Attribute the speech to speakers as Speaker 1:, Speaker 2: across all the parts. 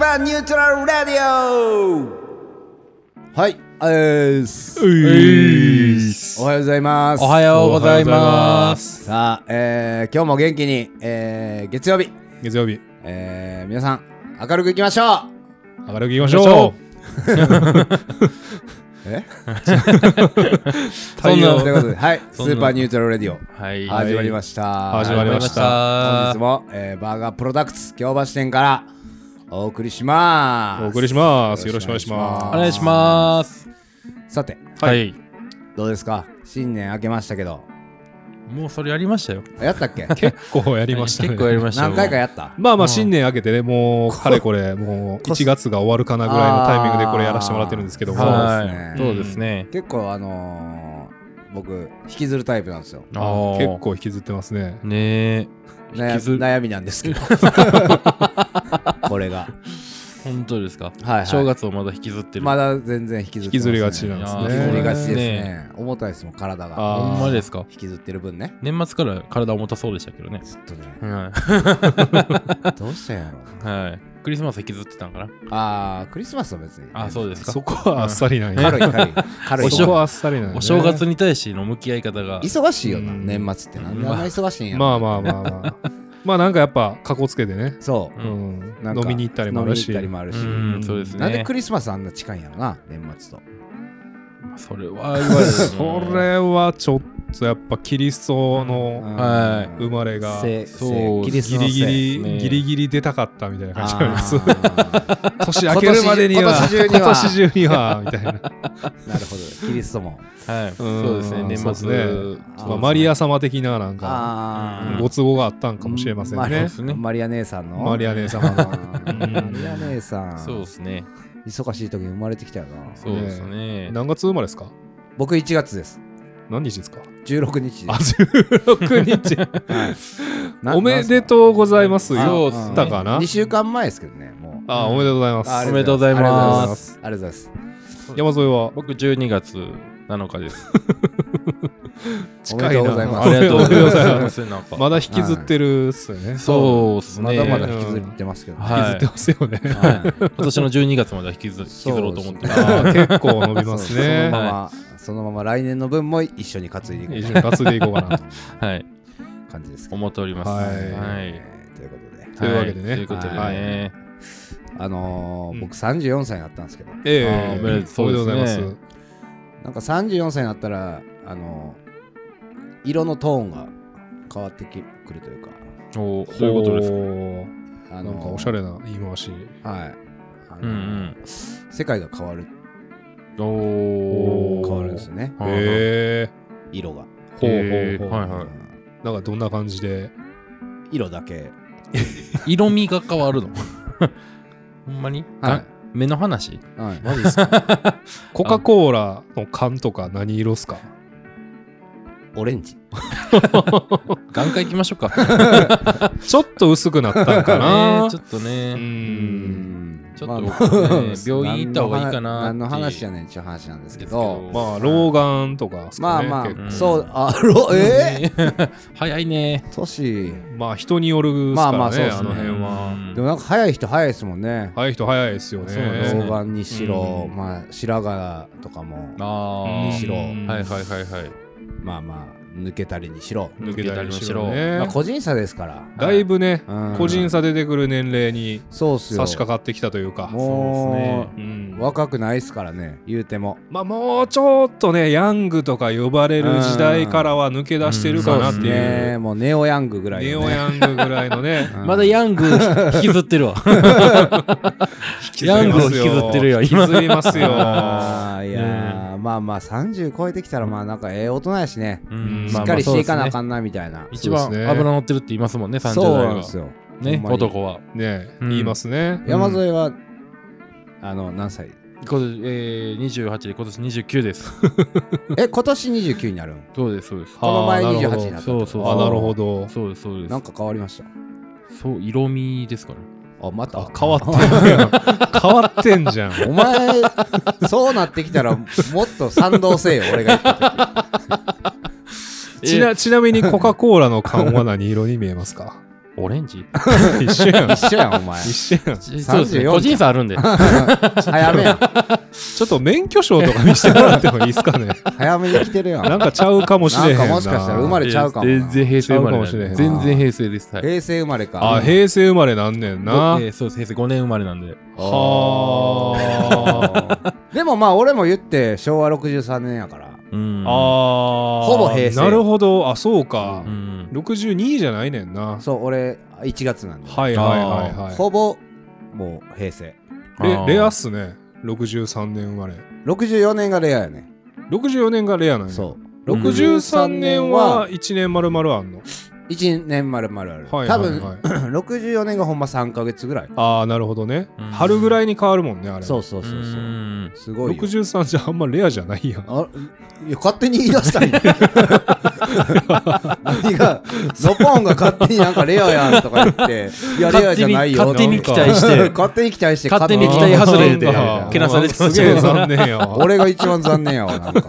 Speaker 1: ラニュートラルラディオはい、あーす。おはようございます。
Speaker 2: おはようございます。
Speaker 1: さあ、えー、今日も元気に、えー、月曜日、
Speaker 2: 月曜日、
Speaker 1: えー、皆さん、明るくいきましょ
Speaker 2: 明るくいきまし
Speaker 1: う
Speaker 2: ょ
Speaker 1: え
Speaker 2: う。そ
Speaker 1: と
Speaker 2: ん
Speaker 1: いうこ
Speaker 2: な
Speaker 1: とで、はい、ス
Speaker 2: そんな
Speaker 1: ーパーニュートラルラディオ、
Speaker 3: はい。。
Speaker 1: 始まりました。
Speaker 2: 始まりまし
Speaker 1: 本
Speaker 2: た
Speaker 1: 日。も、えー、バーガープロダクツ京橋店からお送りします。
Speaker 2: お送りします。よろしくお願いし
Speaker 1: お
Speaker 2: ま
Speaker 1: 願いしますさて、
Speaker 3: はい。
Speaker 1: どうですか新年明けましたけど。
Speaker 3: もうそれやりましたよ。
Speaker 1: やったっけ
Speaker 2: す。こうやりましたね。
Speaker 3: 結構やりましたよ。
Speaker 1: 何回かやった
Speaker 2: まあまあ新年明けてね、もうかれこれ、もう1月が終わるかなぐらいのタイミングでこれやらせてもらってるんですけども、
Speaker 1: あー
Speaker 2: は
Speaker 3: は
Speaker 1: そう
Speaker 2: ですね
Speaker 3: ね。
Speaker 1: 結構あのー、僕引きずるタイプなんですよ、
Speaker 2: い
Speaker 3: あー
Speaker 2: 結構引きずってますね。
Speaker 3: ねえ。
Speaker 1: 悩
Speaker 3: 引きずる
Speaker 1: 悩みなんです けどこれが、
Speaker 3: 本当ですか。
Speaker 1: はいはい
Speaker 3: 正月をまだ引きずってる。
Speaker 1: まだ全然引きずってますね
Speaker 2: 引きずりがちなん
Speaker 3: あー
Speaker 2: で
Speaker 1: 引
Speaker 2: す
Speaker 1: きずり
Speaker 2: ね。
Speaker 1: がちですね
Speaker 3: ね
Speaker 1: 重たいですもん体が
Speaker 2: あー
Speaker 3: ほんまですか。
Speaker 1: 引きずってる分ね
Speaker 3: 年末から体重たそうでしたけどね。
Speaker 1: ずっとね
Speaker 3: は
Speaker 1: どうしたんやろ
Speaker 3: い。はい。クリスマス引きずってたんかな。
Speaker 1: ああクリスマスは別に
Speaker 3: あ、そうですか
Speaker 2: そ。こはあっさりなんや。
Speaker 1: 軽い軽い軽い
Speaker 3: お
Speaker 2: そ
Speaker 3: 正
Speaker 2: こはあっさりなんや。
Speaker 3: お正月に対しての向き合い方が。
Speaker 1: 忙しいよな
Speaker 2: うん
Speaker 1: 年末ってなんであんな忙しいんやろ
Speaker 2: まあまあまあまあ。まあなんかやっぱ、かこつけてね、
Speaker 1: そううん
Speaker 2: うん
Speaker 1: なんか
Speaker 2: 飲みに行ったりもあるし
Speaker 1: 飲みに行ったりもあるし
Speaker 3: うん、そうですね。
Speaker 1: なんでクリスマスあんな近いんやろな年末と
Speaker 3: それは言われる
Speaker 2: それはちょっとやっぱキリストの
Speaker 3: はい
Speaker 1: うん
Speaker 2: 生まれがギ
Speaker 1: せ
Speaker 3: そう
Speaker 1: せキリストの
Speaker 2: リ
Speaker 1: せい
Speaker 2: ギリ、
Speaker 3: ね
Speaker 2: ギリギリ出たかったみたいな感じになります
Speaker 1: あ
Speaker 2: 年明けるまでには
Speaker 1: 今年中には
Speaker 2: 今年中にはみたい
Speaker 1: ー
Speaker 2: な、
Speaker 1: なるほどキリストも
Speaker 3: はい。そうですね。
Speaker 2: うん
Speaker 3: 年
Speaker 2: そ
Speaker 3: 末
Speaker 2: うで。
Speaker 3: そう
Speaker 2: すね
Speaker 3: です
Speaker 2: まあ、
Speaker 3: ね
Speaker 2: マリア様的ななんか
Speaker 1: あー
Speaker 2: ご都合があったんかもしれません
Speaker 1: マリア
Speaker 2: ね、
Speaker 3: すね
Speaker 1: マリア姉さんの
Speaker 2: マリア姉様
Speaker 1: あ
Speaker 2: の
Speaker 1: ーマリア姉さん
Speaker 3: そうですね。
Speaker 1: 忙しい時に生まれてきたよな
Speaker 3: そうですね。
Speaker 2: 何月生まれですか
Speaker 1: 僕1月です
Speaker 2: 何日ですか
Speaker 1: 16日
Speaker 2: あ16日 おめで
Speaker 1: う
Speaker 2: とうございます
Speaker 3: あ
Speaker 2: よ
Speaker 3: うっすね
Speaker 2: だかな
Speaker 1: 2週間前ですけどねもう
Speaker 2: あおめでとうございま
Speaker 1: ああ
Speaker 2: す
Speaker 1: り
Speaker 3: おめでとうござい
Speaker 1: がとうござい
Speaker 3: ま。
Speaker 1: ますありがとうございます
Speaker 2: 山添は
Speaker 3: 僕12月7日です。
Speaker 1: おめでとうございます
Speaker 3: ありがとうございます。なんか。
Speaker 2: まだ引きずってるっすよね、
Speaker 3: そうです
Speaker 1: ま
Speaker 3: ね。
Speaker 1: だまだ引きずってますけどね
Speaker 3: はい
Speaker 2: 引きずってますよね、
Speaker 1: はい
Speaker 3: 今年の12月まで引きず引きずろうと思ってます。
Speaker 2: あー結構伸びます
Speaker 1: そう そのま
Speaker 2: ね。
Speaker 1: まそのまま来年の分も一緒に担いでいく
Speaker 2: 一緒に担いでいこうかなと。
Speaker 3: はい。
Speaker 1: 感じですけど
Speaker 3: 思っております。
Speaker 2: はい
Speaker 3: はい。
Speaker 1: ということで
Speaker 2: というわけでね
Speaker 3: ということで
Speaker 2: は
Speaker 3: ね。
Speaker 1: あのー
Speaker 2: うん
Speaker 1: 僕34歳になったんですけど
Speaker 2: え
Speaker 3: あ
Speaker 2: え
Speaker 3: ーおめでとうございます
Speaker 2: おめでとう
Speaker 1: なんか34歳になったらあのー色のトーンが変わってきくるというか
Speaker 3: お
Speaker 2: ございま
Speaker 3: ー
Speaker 2: す
Speaker 3: そういうことですか。
Speaker 2: おー
Speaker 1: あ
Speaker 2: な
Speaker 1: のー
Speaker 2: んかおしゃれな言い回し。
Speaker 1: はいあのー
Speaker 3: うんうん。
Speaker 1: 世界が変わる変
Speaker 3: おー
Speaker 1: わるんですよね
Speaker 3: はいはい
Speaker 2: ええ
Speaker 1: 色が、
Speaker 2: ほうほうほう。
Speaker 3: はいは
Speaker 1: うん
Speaker 2: なんかどんな感じで。
Speaker 1: 色だけ
Speaker 3: 色味が変わるの ほんまに
Speaker 1: は
Speaker 3: あ目の話
Speaker 1: い、はい、
Speaker 2: マジですかコカ・コーラの缶とか何色っすか
Speaker 1: オレンジ
Speaker 3: 眼科行きましょうか。
Speaker 2: ちょっと薄くなったんか
Speaker 3: ね
Speaker 2: な
Speaker 3: ちょっと
Speaker 2: う
Speaker 3: ね。
Speaker 2: ん。
Speaker 3: ちょっと
Speaker 1: まあ
Speaker 3: 僕ね病院行った方がいいかな
Speaker 1: 何の話何の話
Speaker 3: って
Speaker 1: やねんっていう話なんですけ
Speaker 3: で
Speaker 1: ど
Speaker 3: す
Speaker 2: まあ、老眼とかっす
Speaker 1: ま
Speaker 2: か
Speaker 1: あ
Speaker 2: ね。
Speaker 1: ま
Speaker 2: 結
Speaker 1: あ
Speaker 2: 構
Speaker 1: そうあろえ
Speaker 3: え 早いね。
Speaker 1: ー、年
Speaker 2: まあ、人によるっすからね、
Speaker 1: まあまあそうっすね
Speaker 2: あの辺は。
Speaker 1: でもなんか早い人早いですもんね
Speaker 2: 早い人早いですよね。
Speaker 3: そうです
Speaker 1: 老
Speaker 3: ね
Speaker 1: 眼にしろ、
Speaker 2: うん
Speaker 1: まあ白髪とかも
Speaker 3: ああ。
Speaker 1: にしろ
Speaker 2: うん
Speaker 3: はいはいはいはい。
Speaker 1: まあまあ抜けたりにしろ、
Speaker 3: 抜けたりし
Speaker 2: 抜
Speaker 3: ろ
Speaker 2: けたりね
Speaker 1: まあ個人差ですから
Speaker 2: だいぶね、
Speaker 1: うん
Speaker 2: 個人差出てくる年齢に
Speaker 1: そうっすよ
Speaker 2: 差し掛かってきたというか、
Speaker 1: もう
Speaker 2: うん
Speaker 1: 若くないっすからね言うても
Speaker 2: まあ、もうちょっとねヤングとか呼ばれる時代からは抜け出してるかなっていう、
Speaker 1: ねもうネオヤングぐらい
Speaker 2: ネ
Speaker 1: の
Speaker 2: オ
Speaker 1: ね
Speaker 2: ヤングぐらいの ね
Speaker 3: まだヤング引きずってるわ。ヤングを引きずってるよ
Speaker 2: 引きずりますよ
Speaker 1: あーいやー、まあまあ30超えてきたらまあなんかええ大人やしね
Speaker 3: うん
Speaker 1: しっかりしていかなあか
Speaker 3: ん。
Speaker 1: んなみたいな、
Speaker 3: 一番
Speaker 2: そうですね
Speaker 3: 油乗ってるって言いますもんね、30代
Speaker 1: そうなんで。
Speaker 3: は
Speaker 1: すよ
Speaker 3: ね、
Speaker 1: ほんまに
Speaker 3: 男は。
Speaker 2: ね
Speaker 3: うん
Speaker 2: 言いますね、
Speaker 1: 山添は、あの何歳
Speaker 3: 今年、えー、28で今年29です。
Speaker 1: え今年29になるん
Speaker 3: そうです、そうです。
Speaker 2: は
Speaker 1: この前28になったって
Speaker 3: そうそう。
Speaker 2: あなるほど
Speaker 3: そうです、そうです。
Speaker 1: なんか変わりました
Speaker 3: そう、色味ですかね。
Speaker 1: あまた
Speaker 2: あ変わってんやん 変わってんじ ゃん
Speaker 1: お前そうなってきたらもっと賛同せえよ俺が言った時
Speaker 2: ちなちなみにコカ・コーラの缶は何色に見えますか
Speaker 4: オレンジ
Speaker 2: 一緒やん。
Speaker 1: 一緒やん、お前。
Speaker 2: 一緒やん。ち
Speaker 4: そうですね。
Speaker 1: 34
Speaker 4: 個人差あるんで。
Speaker 1: 早めや。
Speaker 2: ょっと免許証とか見せてもらってもいいですかね。
Speaker 1: 早めに来てるやん。
Speaker 2: なんかちゃうかもしれへん
Speaker 1: な
Speaker 2: な。
Speaker 1: んかもしかしたら生まれちゃうかもな
Speaker 4: 全然平成生まれなん
Speaker 2: ちゃうかもし
Speaker 4: で。
Speaker 2: れへん
Speaker 4: 全然平成です。はい。
Speaker 1: 平成生まれか。
Speaker 2: あ、平成生まれなんねんな。
Speaker 3: えーそうです、平成5年生まれなんで。
Speaker 2: は
Speaker 1: でもまあ、俺も言って昭和63年やから。
Speaker 3: うん
Speaker 2: あ。あー
Speaker 1: ほぼ平成
Speaker 2: なるほど。あ、そうか
Speaker 3: う。ん。
Speaker 2: 62じゃないねんな。
Speaker 1: そう、俺、1月なんで。
Speaker 2: はいはいはい
Speaker 1: ほぼ、もう平成。
Speaker 3: あ
Speaker 2: はい。
Speaker 3: ー
Speaker 2: レレアっすね。63年生まれ。
Speaker 1: 64年がレアやね。
Speaker 2: 64年がレアなんや。
Speaker 1: そう。
Speaker 3: うん
Speaker 2: 63年は、1年丸々あんの。
Speaker 1: 1年丸々ある。
Speaker 2: はい
Speaker 1: 多
Speaker 2: はいはい
Speaker 1: 分、64年がほんま3ヶ月ぐらい。
Speaker 2: ああ、なるほどね
Speaker 3: うん。
Speaker 2: 春ぐらいに変わるもんね、あれ。
Speaker 1: そうそうそう
Speaker 3: う
Speaker 1: そう。
Speaker 3: ん
Speaker 1: すごいよ。
Speaker 2: 63じゃあんまレアじゃないやん。
Speaker 1: あいや勝手に言い出したんや何がノポンが勝手になんかレアやんとか言っていやレアじ
Speaker 4: 勝手
Speaker 1: ゃ
Speaker 4: に、
Speaker 1: ないよ
Speaker 4: 勝手に期待して。
Speaker 1: 勝手に期待して
Speaker 4: 勝手に期待外れでけなされてました
Speaker 2: すげえ
Speaker 4: よ
Speaker 2: 残念やわ。
Speaker 1: 俺が一番残念やわなんか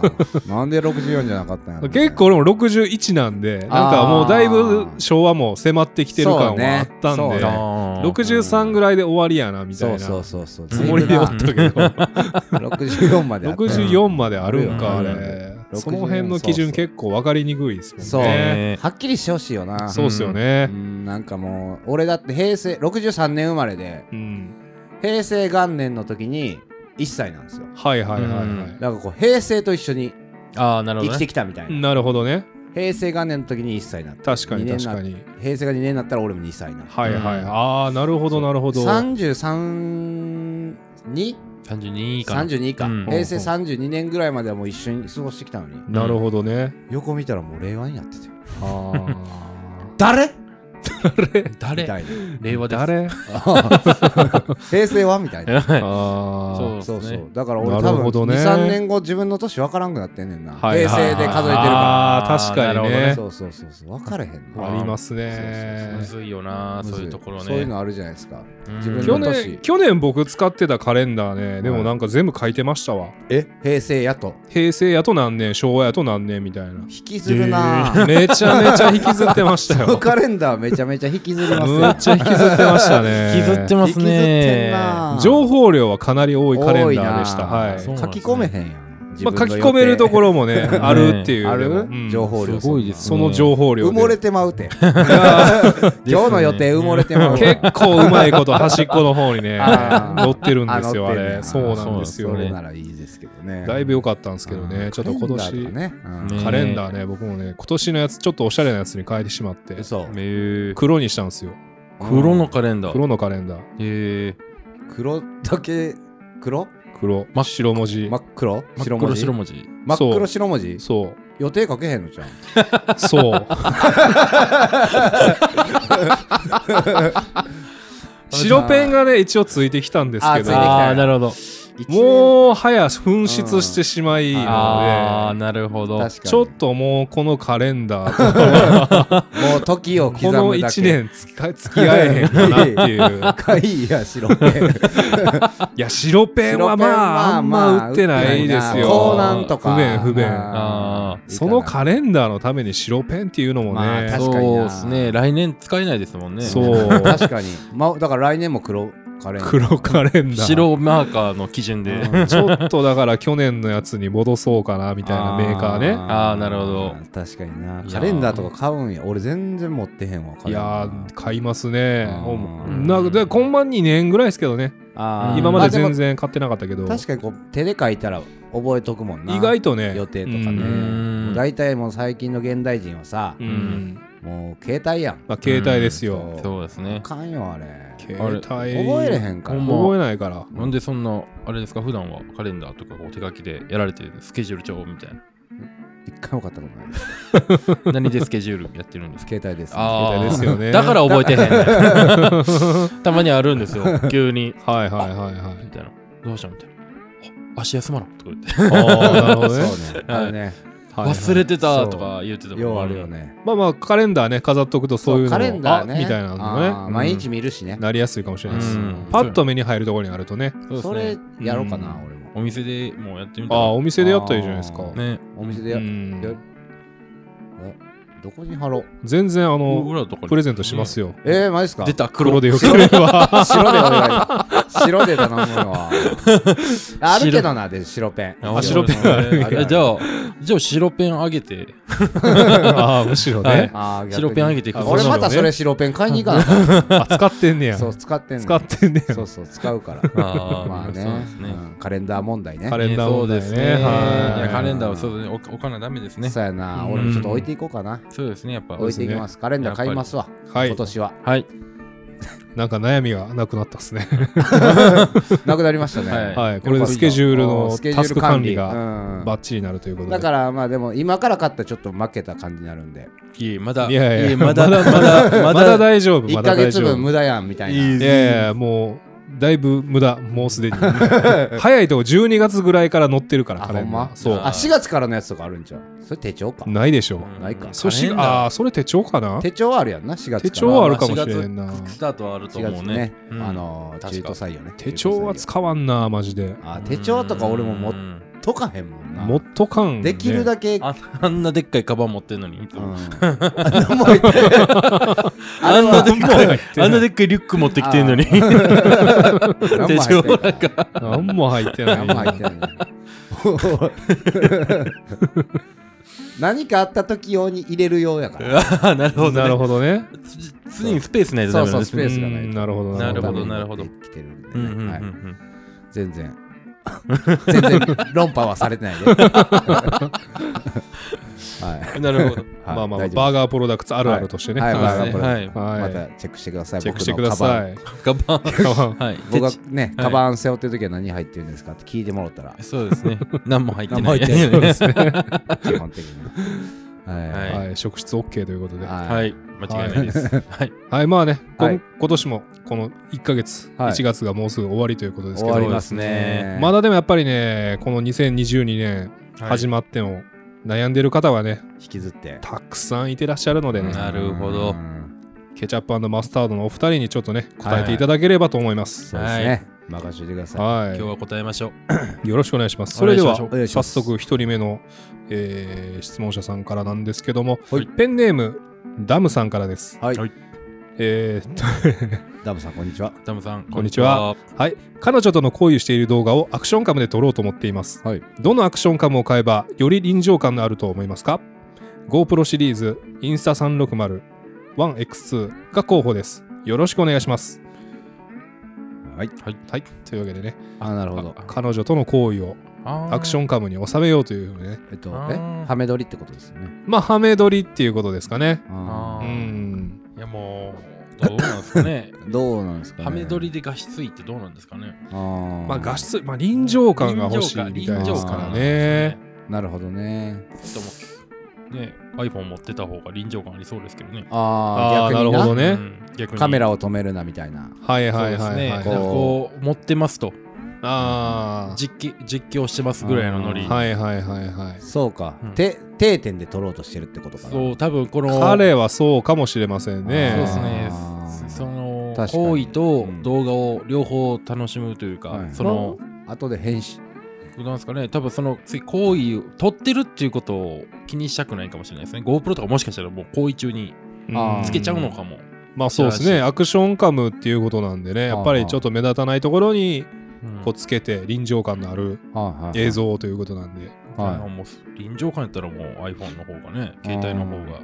Speaker 1: なんで64じゃなかったんやろ
Speaker 2: 結構俺も61なんで、なんかもうだいぶ昭和も迫ってきてる感はあったん
Speaker 1: そうね
Speaker 2: で、
Speaker 1: そうね
Speaker 3: あー
Speaker 2: 63ぐらいで終わりやなみた
Speaker 1: そ
Speaker 2: いう
Speaker 1: そう
Speaker 2: な
Speaker 1: そうそう
Speaker 2: つもりでおったけど、
Speaker 1: 64まであった
Speaker 2: 64まであるんか、あ
Speaker 3: うん
Speaker 2: れ。
Speaker 1: うん
Speaker 2: その辺の基準
Speaker 1: そうそう
Speaker 2: 結構分かりにくいですもんね。
Speaker 1: そう
Speaker 3: ね
Speaker 1: はっきりしてほしいよな
Speaker 2: そうっすよ
Speaker 1: う
Speaker 2: ね。
Speaker 1: んなんかもう俺だって平成63年生まれで
Speaker 2: うん。
Speaker 1: 平成元年の時に1歳なんですよ
Speaker 2: はいはいはいう
Speaker 1: だ
Speaker 2: は
Speaker 1: からこう平成と一緒に
Speaker 3: あー、なるほ
Speaker 1: 生き
Speaker 3: どね。
Speaker 1: てきたみたい
Speaker 2: い。
Speaker 1: な
Speaker 2: なるほどね。
Speaker 1: 平成元年の時に1歳になった
Speaker 2: 確かに確かに。
Speaker 1: 平成が2年になったら俺も2歳になった
Speaker 2: はいはい。ああ、なるほどなるほど。
Speaker 1: 33 2
Speaker 4: 32かな。
Speaker 1: 32か、
Speaker 3: うん
Speaker 1: 平成32年ぐらいまではもう一緒に過ごしてきたのに
Speaker 2: なるほどね。
Speaker 1: 横見たらもう令和になってて
Speaker 2: あ
Speaker 1: 誰み
Speaker 4: 誰
Speaker 1: たいな
Speaker 4: 令和
Speaker 2: あ。
Speaker 4: です。
Speaker 2: 誰
Speaker 1: 平成はみたいな
Speaker 2: ああ。
Speaker 4: そ う
Speaker 1: そう
Speaker 4: です
Speaker 1: そ
Speaker 4: ね
Speaker 1: う。だから俺
Speaker 2: な
Speaker 1: 多
Speaker 2: るほ
Speaker 1: 分
Speaker 2: どね
Speaker 1: 23年後自分の年分からんくなってんねんな平
Speaker 2: はいはい
Speaker 1: 成で数えてるか
Speaker 2: ああ、確かに
Speaker 1: ら
Speaker 2: ね。
Speaker 1: そうそうそうそう分かれへん
Speaker 2: あ
Speaker 1: の
Speaker 2: ります
Speaker 3: む
Speaker 2: ね。
Speaker 3: ずいよな、そういうところね。
Speaker 1: そういうのあるじゃないですか
Speaker 3: うん
Speaker 1: 自分
Speaker 2: 去
Speaker 1: の年
Speaker 2: 年、去年僕使ってたカレンダーね、でもなんか全部書いてましたわ。
Speaker 1: え平成やと
Speaker 2: 平成やと何年、昭和やと何年みたいな。
Speaker 1: 引きずるなぁ
Speaker 2: めちゃめちゃ引きずってました
Speaker 1: この
Speaker 2: よ。
Speaker 1: カレンダーめちゃめちゃ引きずりますよ
Speaker 2: めっちゃ引きずってましたね。
Speaker 3: 引きずってます
Speaker 1: 引きずってん
Speaker 3: ね。
Speaker 1: なぁ
Speaker 2: 情報量はかなり多いカレンダーでし
Speaker 1: 多
Speaker 2: た。
Speaker 1: いな
Speaker 2: は
Speaker 1: ぁ
Speaker 2: い
Speaker 3: そう。
Speaker 1: 書き込めへんやん
Speaker 2: まあ、書き込めるとこ
Speaker 1: ろ
Speaker 2: ろもね、 あるっていう。
Speaker 1: ある、
Speaker 2: うん
Speaker 1: 情報量
Speaker 3: すごいです
Speaker 2: その情報量
Speaker 1: 埋
Speaker 2: で。
Speaker 1: もれてまうて
Speaker 2: いや
Speaker 1: 今日の予定埋もれてまうわ
Speaker 2: 結構うまいこと端っこの方に ね
Speaker 1: あー
Speaker 2: 乗ってるんですよ
Speaker 1: あ
Speaker 2: あ
Speaker 1: 乗ってんね
Speaker 2: れ
Speaker 1: ん
Speaker 2: そうなんです
Speaker 1: そ
Speaker 2: よ
Speaker 1: れならいいですけどね
Speaker 2: だいぶ良かったんですけど
Speaker 1: う
Speaker 2: ね
Speaker 1: ん
Speaker 2: ちょっと今
Speaker 1: カレンダーとか
Speaker 2: 年
Speaker 1: ねうん
Speaker 3: ね
Speaker 2: カレンダーね僕もね今年のやつちょっとおしゃれなやつに変えてしまって
Speaker 1: 嘘
Speaker 3: えー
Speaker 2: 黒にしたんですよ
Speaker 3: 黒のカレンダー。
Speaker 2: 黒のカレンダー
Speaker 3: えー
Speaker 1: 黒だけ黒
Speaker 2: 黒
Speaker 3: 真っ
Speaker 2: 白文字
Speaker 1: 真っ黒
Speaker 3: 真
Speaker 1: 白
Speaker 3: っ
Speaker 1: 文
Speaker 3: 黒
Speaker 1: 字
Speaker 3: 白文字。
Speaker 1: 真っ
Speaker 2: そ
Speaker 1: 黒
Speaker 2: う
Speaker 1: 白文字
Speaker 2: そう
Speaker 1: 予定書けへんのじゃん
Speaker 2: そう 白ペンがね一応ついてきたんですけ
Speaker 1: ついてきた
Speaker 2: ど
Speaker 4: ああ、なるほど。
Speaker 2: もう早紛失してしまい
Speaker 3: あ
Speaker 2: な
Speaker 3: あ、
Speaker 2: ので
Speaker 3: なるほど。
Speaker 1: 確かに
Speaker 2: ちょっともうこのカレンダー
Speaker 1: もう時を刻
Speaker 2: こ
Speaker 1: むだけ
Speaker 2: の1年 つか付き合えへんかなっていう。
Speaker 1: かいや白ペン
Speaker 2: いや、白ペンはまあ、あんま売ってないですよ。
Speaker 1: コーナンとか。
Speaker 2: 不便、不便。
Speaker 1: あ
Speaker 3: あ
Speaker 1: ー
Speaker 2: そのカレンダーのために白ペンっていうのも
Speaker 1: まあ
Speaker 3: あ、
Speaker 2: ね、
Speaker 1: 確かに
Speaker 3: そう
Speaker 1: な
Speaker 3: ですね。来年使えないですもんね。
Speaker 2: そう、
Speaker 1: 確かに。まあ、だから来年も黒カレンダー。
Speaker 2: 黒カレンダー。
Speaker 3: 白マーカーの基準で。
Speaker 2: ちょっとだから去年のやつに戻そうかなみたいなメーカーね。
Speaker 3: あーなるほど。
Speaker 1: 確かにない
Speaker 3: や。ー
Speaker 1: カレンダーとか買うんや。俺全然持ってへんわ。カレン
Speaker 2: い
Speaker 1: ダ
Speaker 2: や
Speaker 1: ー
Speaker 2: ー、買いますね。
Speaker 1: あー
Speaker 2: ほんまなんかで、こんま2年ぐらいですけどね。
Speaker 1: あー
Speaker 2: 今まで全
Speaker 1: あ
Speaker 2: 然買ってなかったけ
Speaker 1: で
Speaker 2: ど
Speaker 1: も、確かにこう手で書いたら覚えとくもんな。
Speaker 2: 意外とね。
Speaker 1: 予定とかね
Speaker 3: う
Speaker 2: う
Speaker 3: ん。
Speaker 1: もうん大体もう最近の現代人はさ
Speaker 2: う、ん。
Speaker 1: もう携帯やん。
Speaker 2: まあ、携帯ですよ。
Speaker 3: そうですね
Speaker 1: あ。かんよ、あれ。
Speaker 2: 携
Speaker 3: あ
Speaker 2: 帯
Speaker 3: れ
Speaker 2: 覚
Speaker 1: 覚えれへんから。
Speaker 3: ほんま
Speaker 2: 覚えないから
Speaker 3: なんでそんな、あれですか、普段はカレンダーとかこう手書きでやられてるスケジュール帳みたいな。
Speaker 1: 一回も買ったことない。
Speaker 3: 何でスケジュールやってるんですか
Speaker 1: 携帯です。
Speaker 3: あ
Speaker 2: 携帯
Speaker 3: ー
Speaker 2: ですよね
Speaker 3: だから覚えてへん。たまにあるんですよ、急に。
Speaker 2: はいはいはいはい
Speaker 3: みたいな。どうしたみたいな。あ足休まらんとか言って。
Speaker 2: ああなるほど
Speaker 1: そう
Speaker 2: ね
Speaker 1: ね。あれね。
Speaker 2: はいはい
Speaker 3: 忘れてたとか言ってたもん
Speaker 1: ようあるよね。
Speaker 2: まあまあカレンダーね飾っとくとそういうのも
Speaker 1: カレンダーね
Speaker 2: あみたいなの
Speaker 1: あ
Speaker 2: も
Speaker 1: ー
Speaker 2: ね
Speaker 1: 毎日見るしね、
Speaker 2: なりやすいかもしれないです、
Speaker 3: うん
Speaker 2: パッと目に入るところにあるとね
Speaker 3: そう
Speaker 1: そ
Speaker 3: で
Speaker 1: れ
Speaker 3: すね。
Speaker 1: やろうかな、
Speaker 2: う
Speaker 1: 俺
Speaker 2: ん
Speaker 1: も
Speaker 3: お店でもうやってみ
Speaker 2: あ
Speaker 3: た
Speaker 2: あ
Speaker 3: ら。
Speaker 2: お店でやったらいいじゃないですか
Speaker 1: あー
Speaker 3: ね。
Speaker 1: お店で
Speaker 2: う
Speaker 1: や,、
Speaker 2: ん
Speaker 1: やどこに貼ろう
Speaker 2: 全然、あの、
Speaker 3: 裏とかに
Speaker 2: プレゼントします
Speaker 3: よ。
Speaker 2: よ。
Speaker 1: えー、マジっすか
Speaker 4: 出た黒
Speaker 2: 黒
Speaker 4: で
Speaker 2: でよけれ ば。
Speaker 1: 白でお願い白で頼むの はあるけどなで白ペン
Speaker 2: あ白ペンある
Speaker 3: あれじゃあ、じゃあ白ペンあげて。
Speaker 2: ああ、むしろね。
Speaker 1: あー逆に
Speaker 3: 白ペンあげてください
Speaker 1: 俺またそれ白ペン買いに行かなかっ
Speaker 2: あ使ってん
Speaker 1: た
Speaker 2: ねや。
Speaker 1: そう使ってんの
Speaker 2: 使ってんねや
Speaker 1: そ。うそう使うから
Speaker 3: あー
Speaker 1: まあね
Speaker 3: そうですね。
Speaker 1: うんカレンダー問題ね
Speaker 2: カレンダー問
Speaker 3: そ
Speaker 2: 題
Speaker 3: うです
Speaker 2: ね。
Speaker 3: ねい
Speaker 2: は
Speaker 3: や
Speaker 2: い。
Speaker 3: カレンダーをそうね、置置かなダメですね。
Speaker 1: そうやな
Speaker 3: うん
Speaker 1: 俺もちょっと置いていこうかな
Speaker 3: そうですね、やっぱ。
Speaker 1: 置いていきますカレンダー買いますわ
Speaker 2: はい
Speaker 1: 今年は
Speaker 3: はい。
Speaker 2: なんか悩みがなくなったっすね。
Speaker 1: なくなりました
Speaker 3: はい
Speaker 1: ね
Speaker 2: はい。これでスケジュール
Speaker 1: うん
Speaker 2: の
Speaker 1: スケジ
Speaker 2: タ
Speaker 1: ュー
Speaker 2: スク管理が
Speaker 1: が
Speaker 2: バッチリになるということで。
Speaker 1: だからまあでも今から買ったらちょっと負けた感じになるんで
Speaker 3: いえ、まだ、
Speaker 2: いやいや
Speaker 3: えまだ、まだ、
Speaker 2: ま
Speaker 3: ま
Speaker 2: だ
Speaker 3: だ、
Speaker 2: 大丈夫、
Speaker 1: 1
Speaker 2: ま
Speaker 1: ヶ
Speaker 2: だ大
Speaker 1: 月
Speaker 2: 丈
Speaker 1: 分
Speaker 2: 夫。
Speaker 1: 無駄やんみたいない
Speaker 2: やいや、もう、だいぶ無駄、もうす でに。早いとこ12月ぐらいから載ってるから、
Speaker 1: あ
Speaker 2: カレン
Speaker 1: ほ
Speaker 2: ダ
Speaker 1: ん
Speaker 2: ー。
Speaker 1: ま
Speaker 2: そう
Speaker 1: あ。4月からのやつとかあるんちゃうそれ手帳か
Speaker 2: ないでしょう。
Speaker 1: ないか
Speaker 2: そし、あ
Speaker 3: あ
Speaker 2: あ、それ手帳かな
Speaker 1: 手帳はあるやんな4月から
Speaker 2: 手帳はあるかもしれんな
Speaker 3: スタートはあると
Speaker 1: 4月
Speaker 3: 思うね
Speaker 1: ね。
Speaker 3: うん
Speaker 1: あのー
Speaker 3: 確か
Speaker 1: 中途採用ね
Speaker 2: 手帳は
Speaker 1: 中
Speaker 2: 使わんな、マジ
Speaker 1: 途採
Speaker 2: で。
Speaker 1: 用あ手帳とか俺も持っ
Speaker 3: うん
Speaker 1: とかへんもんな
Speaker 2: もっとかんね。
Speaker 1: できるだけ
Speaker 3: ああんなでっかいカバン持ってんの
Speaker 1: う
Speaker 3: に。
Speaker 1: ん 何も言ってない
Speaker 3: あんなでっかい
Speaker 2: 入っ、てない
Speaker 3: あんなでっかいリュック持ってきてんのに。
Speaker 1: 何も入ってない
Speaker 3: 手
Speaker 1: 何
Speaker 3: 帳なん
Speaker 2: なんも入ってない。
Speaker 1: も入ってない何かあった時用に入れるようや から
Speaker 3: なるほど、
Speaker 2: なるほどね。
Speaker 3: つ常にスペースないとダメなんです
Speaker 1: ペ
Speaker 3: ね。
Speaker 1: ースがないと
Speaker 2: うんなるほど、なる
Speaker 3: なるほ
Speaker 2: ほ
Speaker 3: ど
Speaker 2: ど。
Speaker 3: なるほど
Speaker 1: 来てるん
Speaker 3: うんうん
Speaker 1: で
Speaker 3: うん
Speaker 1: ね
Speaker 3: う
Speaker 1: はい
Speaker 3: ん
Speaker 1: 全然 全然論 破はされてないではい
Speaker 3: な るほど。
Speaker 1: はい
Speaker 2: まあま
Speaker 1: 大丈夫
Speaker 2: あ、
Speaker 1: です
Speaker 2: バーガープロダクツあるあるとしてね。
Speaker 1: はいはい
Speaker 2: は
Speaker 1: はいい
Speaker 3: そうですねはい。
Speaker 1: ま
Speaker 2: は
Speaker 1: たチェックしてください
Speaker 2: い。チェックしてください。
Speaker 3: カバン。
Speaker 2: カバン
Speaker 3: はい。
Speaker 1: 僕のカバン僕が
Speaker 3: 手帳
Speaker 1: ねカバン背負ってる時は何入ってるんですかって聞いてもら ったら
Speaker 3: そうです ね。何も入って
Speaker 1: 何も
Speaker 3: な
Speaker 1: 入
Speaker 3: い。
Speaker 1: ってない
Speaker 3: そうですね
Speaker 1: 基本的には
Speaker 3: はい
Speaker 2: はい、職質 OK ということ
Speaker 1: い
Speaker 2: で。は
Speaker 1: は
Speaker 3: はいい。間違いないです。はい。
Speaker 2: い、まあね、こ
Speaker 1: は
Speaker 2: ん
Speaker 1: い
Speaker 2: 今年もこの1ヶ月、
Speaker 1: はい
Speaker 2: 1月がもうすぐ終わりということです
Speaker 1: 終
Speaker 2: け
Speaker 1: わり
Speaker 2: ど、
Speaker 1: ますね
Speaker 2: まだでもやっぱりね、この2022年
Speaker 3: はい
Speaker 2: 始まっても悩んでる方はね、
Speaker 1: 引きずって
Speaker 2: たくさんいてらっしゃるのでね、
Speaker 3: なるほ
Speaker 1: う
Speaker 3: ど
Speaker 1: ん
Speaker 2: ケチャップマスタードのお二人にちょっとね、答え
Speaker 3: は
Speaker 2: て
Speaker 3: い
Speaker 2: いただければと思います。
Speaker 1: そうですね任せてください
Speaker 2: はい、
Speaker 3: 今日は答えましょう。
Speaker 2: よろしくお願いします。そ
Speaker 3: お
Speaker 2: れ
Speaker 3: 願いし
Speaker 2: で
Speaker 3: ま
Speaker 2: は
Speaker 3: しょう
Speaker 1: お願いし
Speaker 2: 早
Speaker 1: ます
Speaker 2: 速1人目の、えー質問者さんからなんですけども、
Speaker 1: はい
Speaker 2: ペンネームダムさんからです。
Speaker 1: はい
Speaker 3: はい
Speaker 2: えーっと
Speaker 1: ダムさんこんにちは
Speaker 3: ダムさん、
Speaker 2: こんにちは。はい、彼女との恋をしている動画をアクションカムで撮ろうと思っています。
Speaker 1: はい
Speaker 2: どのアクションカムを買えばより臨場感のあると思いますか ?GoPro シリーズ、インスタ360、1X2 が候補です。よろしくお願いします。
Speaker 1: はい
Speaker 2: はい、というわけでね、
Speaker 1: あなるほど
Speaker 2: あ彼女との行為をア
Speaker 3: ア
Speaker 2: クションカムに収めようというふうにね、
Speaker 1: えっと
Speaker 3: あ
Speaker 1: え
Speaker 3: ー
Speaker 1: ハメ撮りってことですよね
Speaker 2: まあ、ハメ撮りっていうことですかね。
Speaker 1: あ
Speaker 3: あー
Speaker 2: うん。
Speaker 3: いや、もう、どうなんですかね。
Speaker 1: ーどうなんですかね
Speaker 3: ハメ撮りで画質いいってどうなんですかね。
Speaker 2: ま
Speaker 1: ま
Speaker 2: あ、画質、まあ、臨場感が欲しいみたい
Speaker 1: 臨
Speaker 2: で
Speaker 1: 場
Speaker 2: す
Speaker 1: 感
Speaker 2: からね。
Speaker 1: なるほどね
Speaker 3: ちょっともうね、iPhone 持ってた方が臨場感ありそうですけどね。
Speaker 1: あ
Speaker 2: あ
Speaker 1: あ
Speaker 2: あ、
Speaker 1: 逆
Speaker 2: なる
Speaker 1: に
Speaker 2: ほ
Speaker 1: な
Speaker 2: ど
Speaker 3: う
Speaker 2: ね。
Speaker 3: ん逆に
Speaker 1: カメラを止めるなみたいな
Speaker 2: はい
Speaker 3: そ
Speaker 2: は
Speaker 3: う
Speaker 2: い
Speaker 3: です
Speaker 2: はい
Speaker 3: ね。
Speaker 2: は
Speaker 3: なん
Speaker 2: い。
Speaker 3: かこう持ってますと
Speaker 2: あ
Speaker 3: 実機実況してますぐらいのノリ
Speaker 2: あ。。はいはいはいはい。
Speaker 1: そうか
Speaker 3: うん
Speaker 1: て定点で撮ろうとしてるってことかな
Speaker 3: そう多分この
Speaker 2: 彼はそうかもしれませんね。
Speaker 3: そうですね
Speaker 1: あー。
Speaker 3: その
Speaker 1: 確かに
Speaker 3: 行為と
Speaker 1: うん
Speaker 3: 動画を両方楽しむというか、
Speaker 1: はい
Speaker 3: その
Speaker 1: 後で編集
Speaker 3: なんですかね。多分その次行為を撮ってるっていうことを気にしたくないかもしれないですね。GoPro とかもしかしたらもう行為中に
Speaker 1: あー
Speaker 3: つけちゃうのかも。
Speaker 2: まあそうですね。アクションカムっていうことなんでね、やっぱりちょっと目立たないところに
Speaker 3: うん
Speaker 2: こうつけて臨場感のある
Speaker 1: はいはい
Speaker 2: 映像ということなんで。
Speaker 1: はい
Speaker 3: あのもう臨場感やったらもう iPhone の方がね、携帯の方が。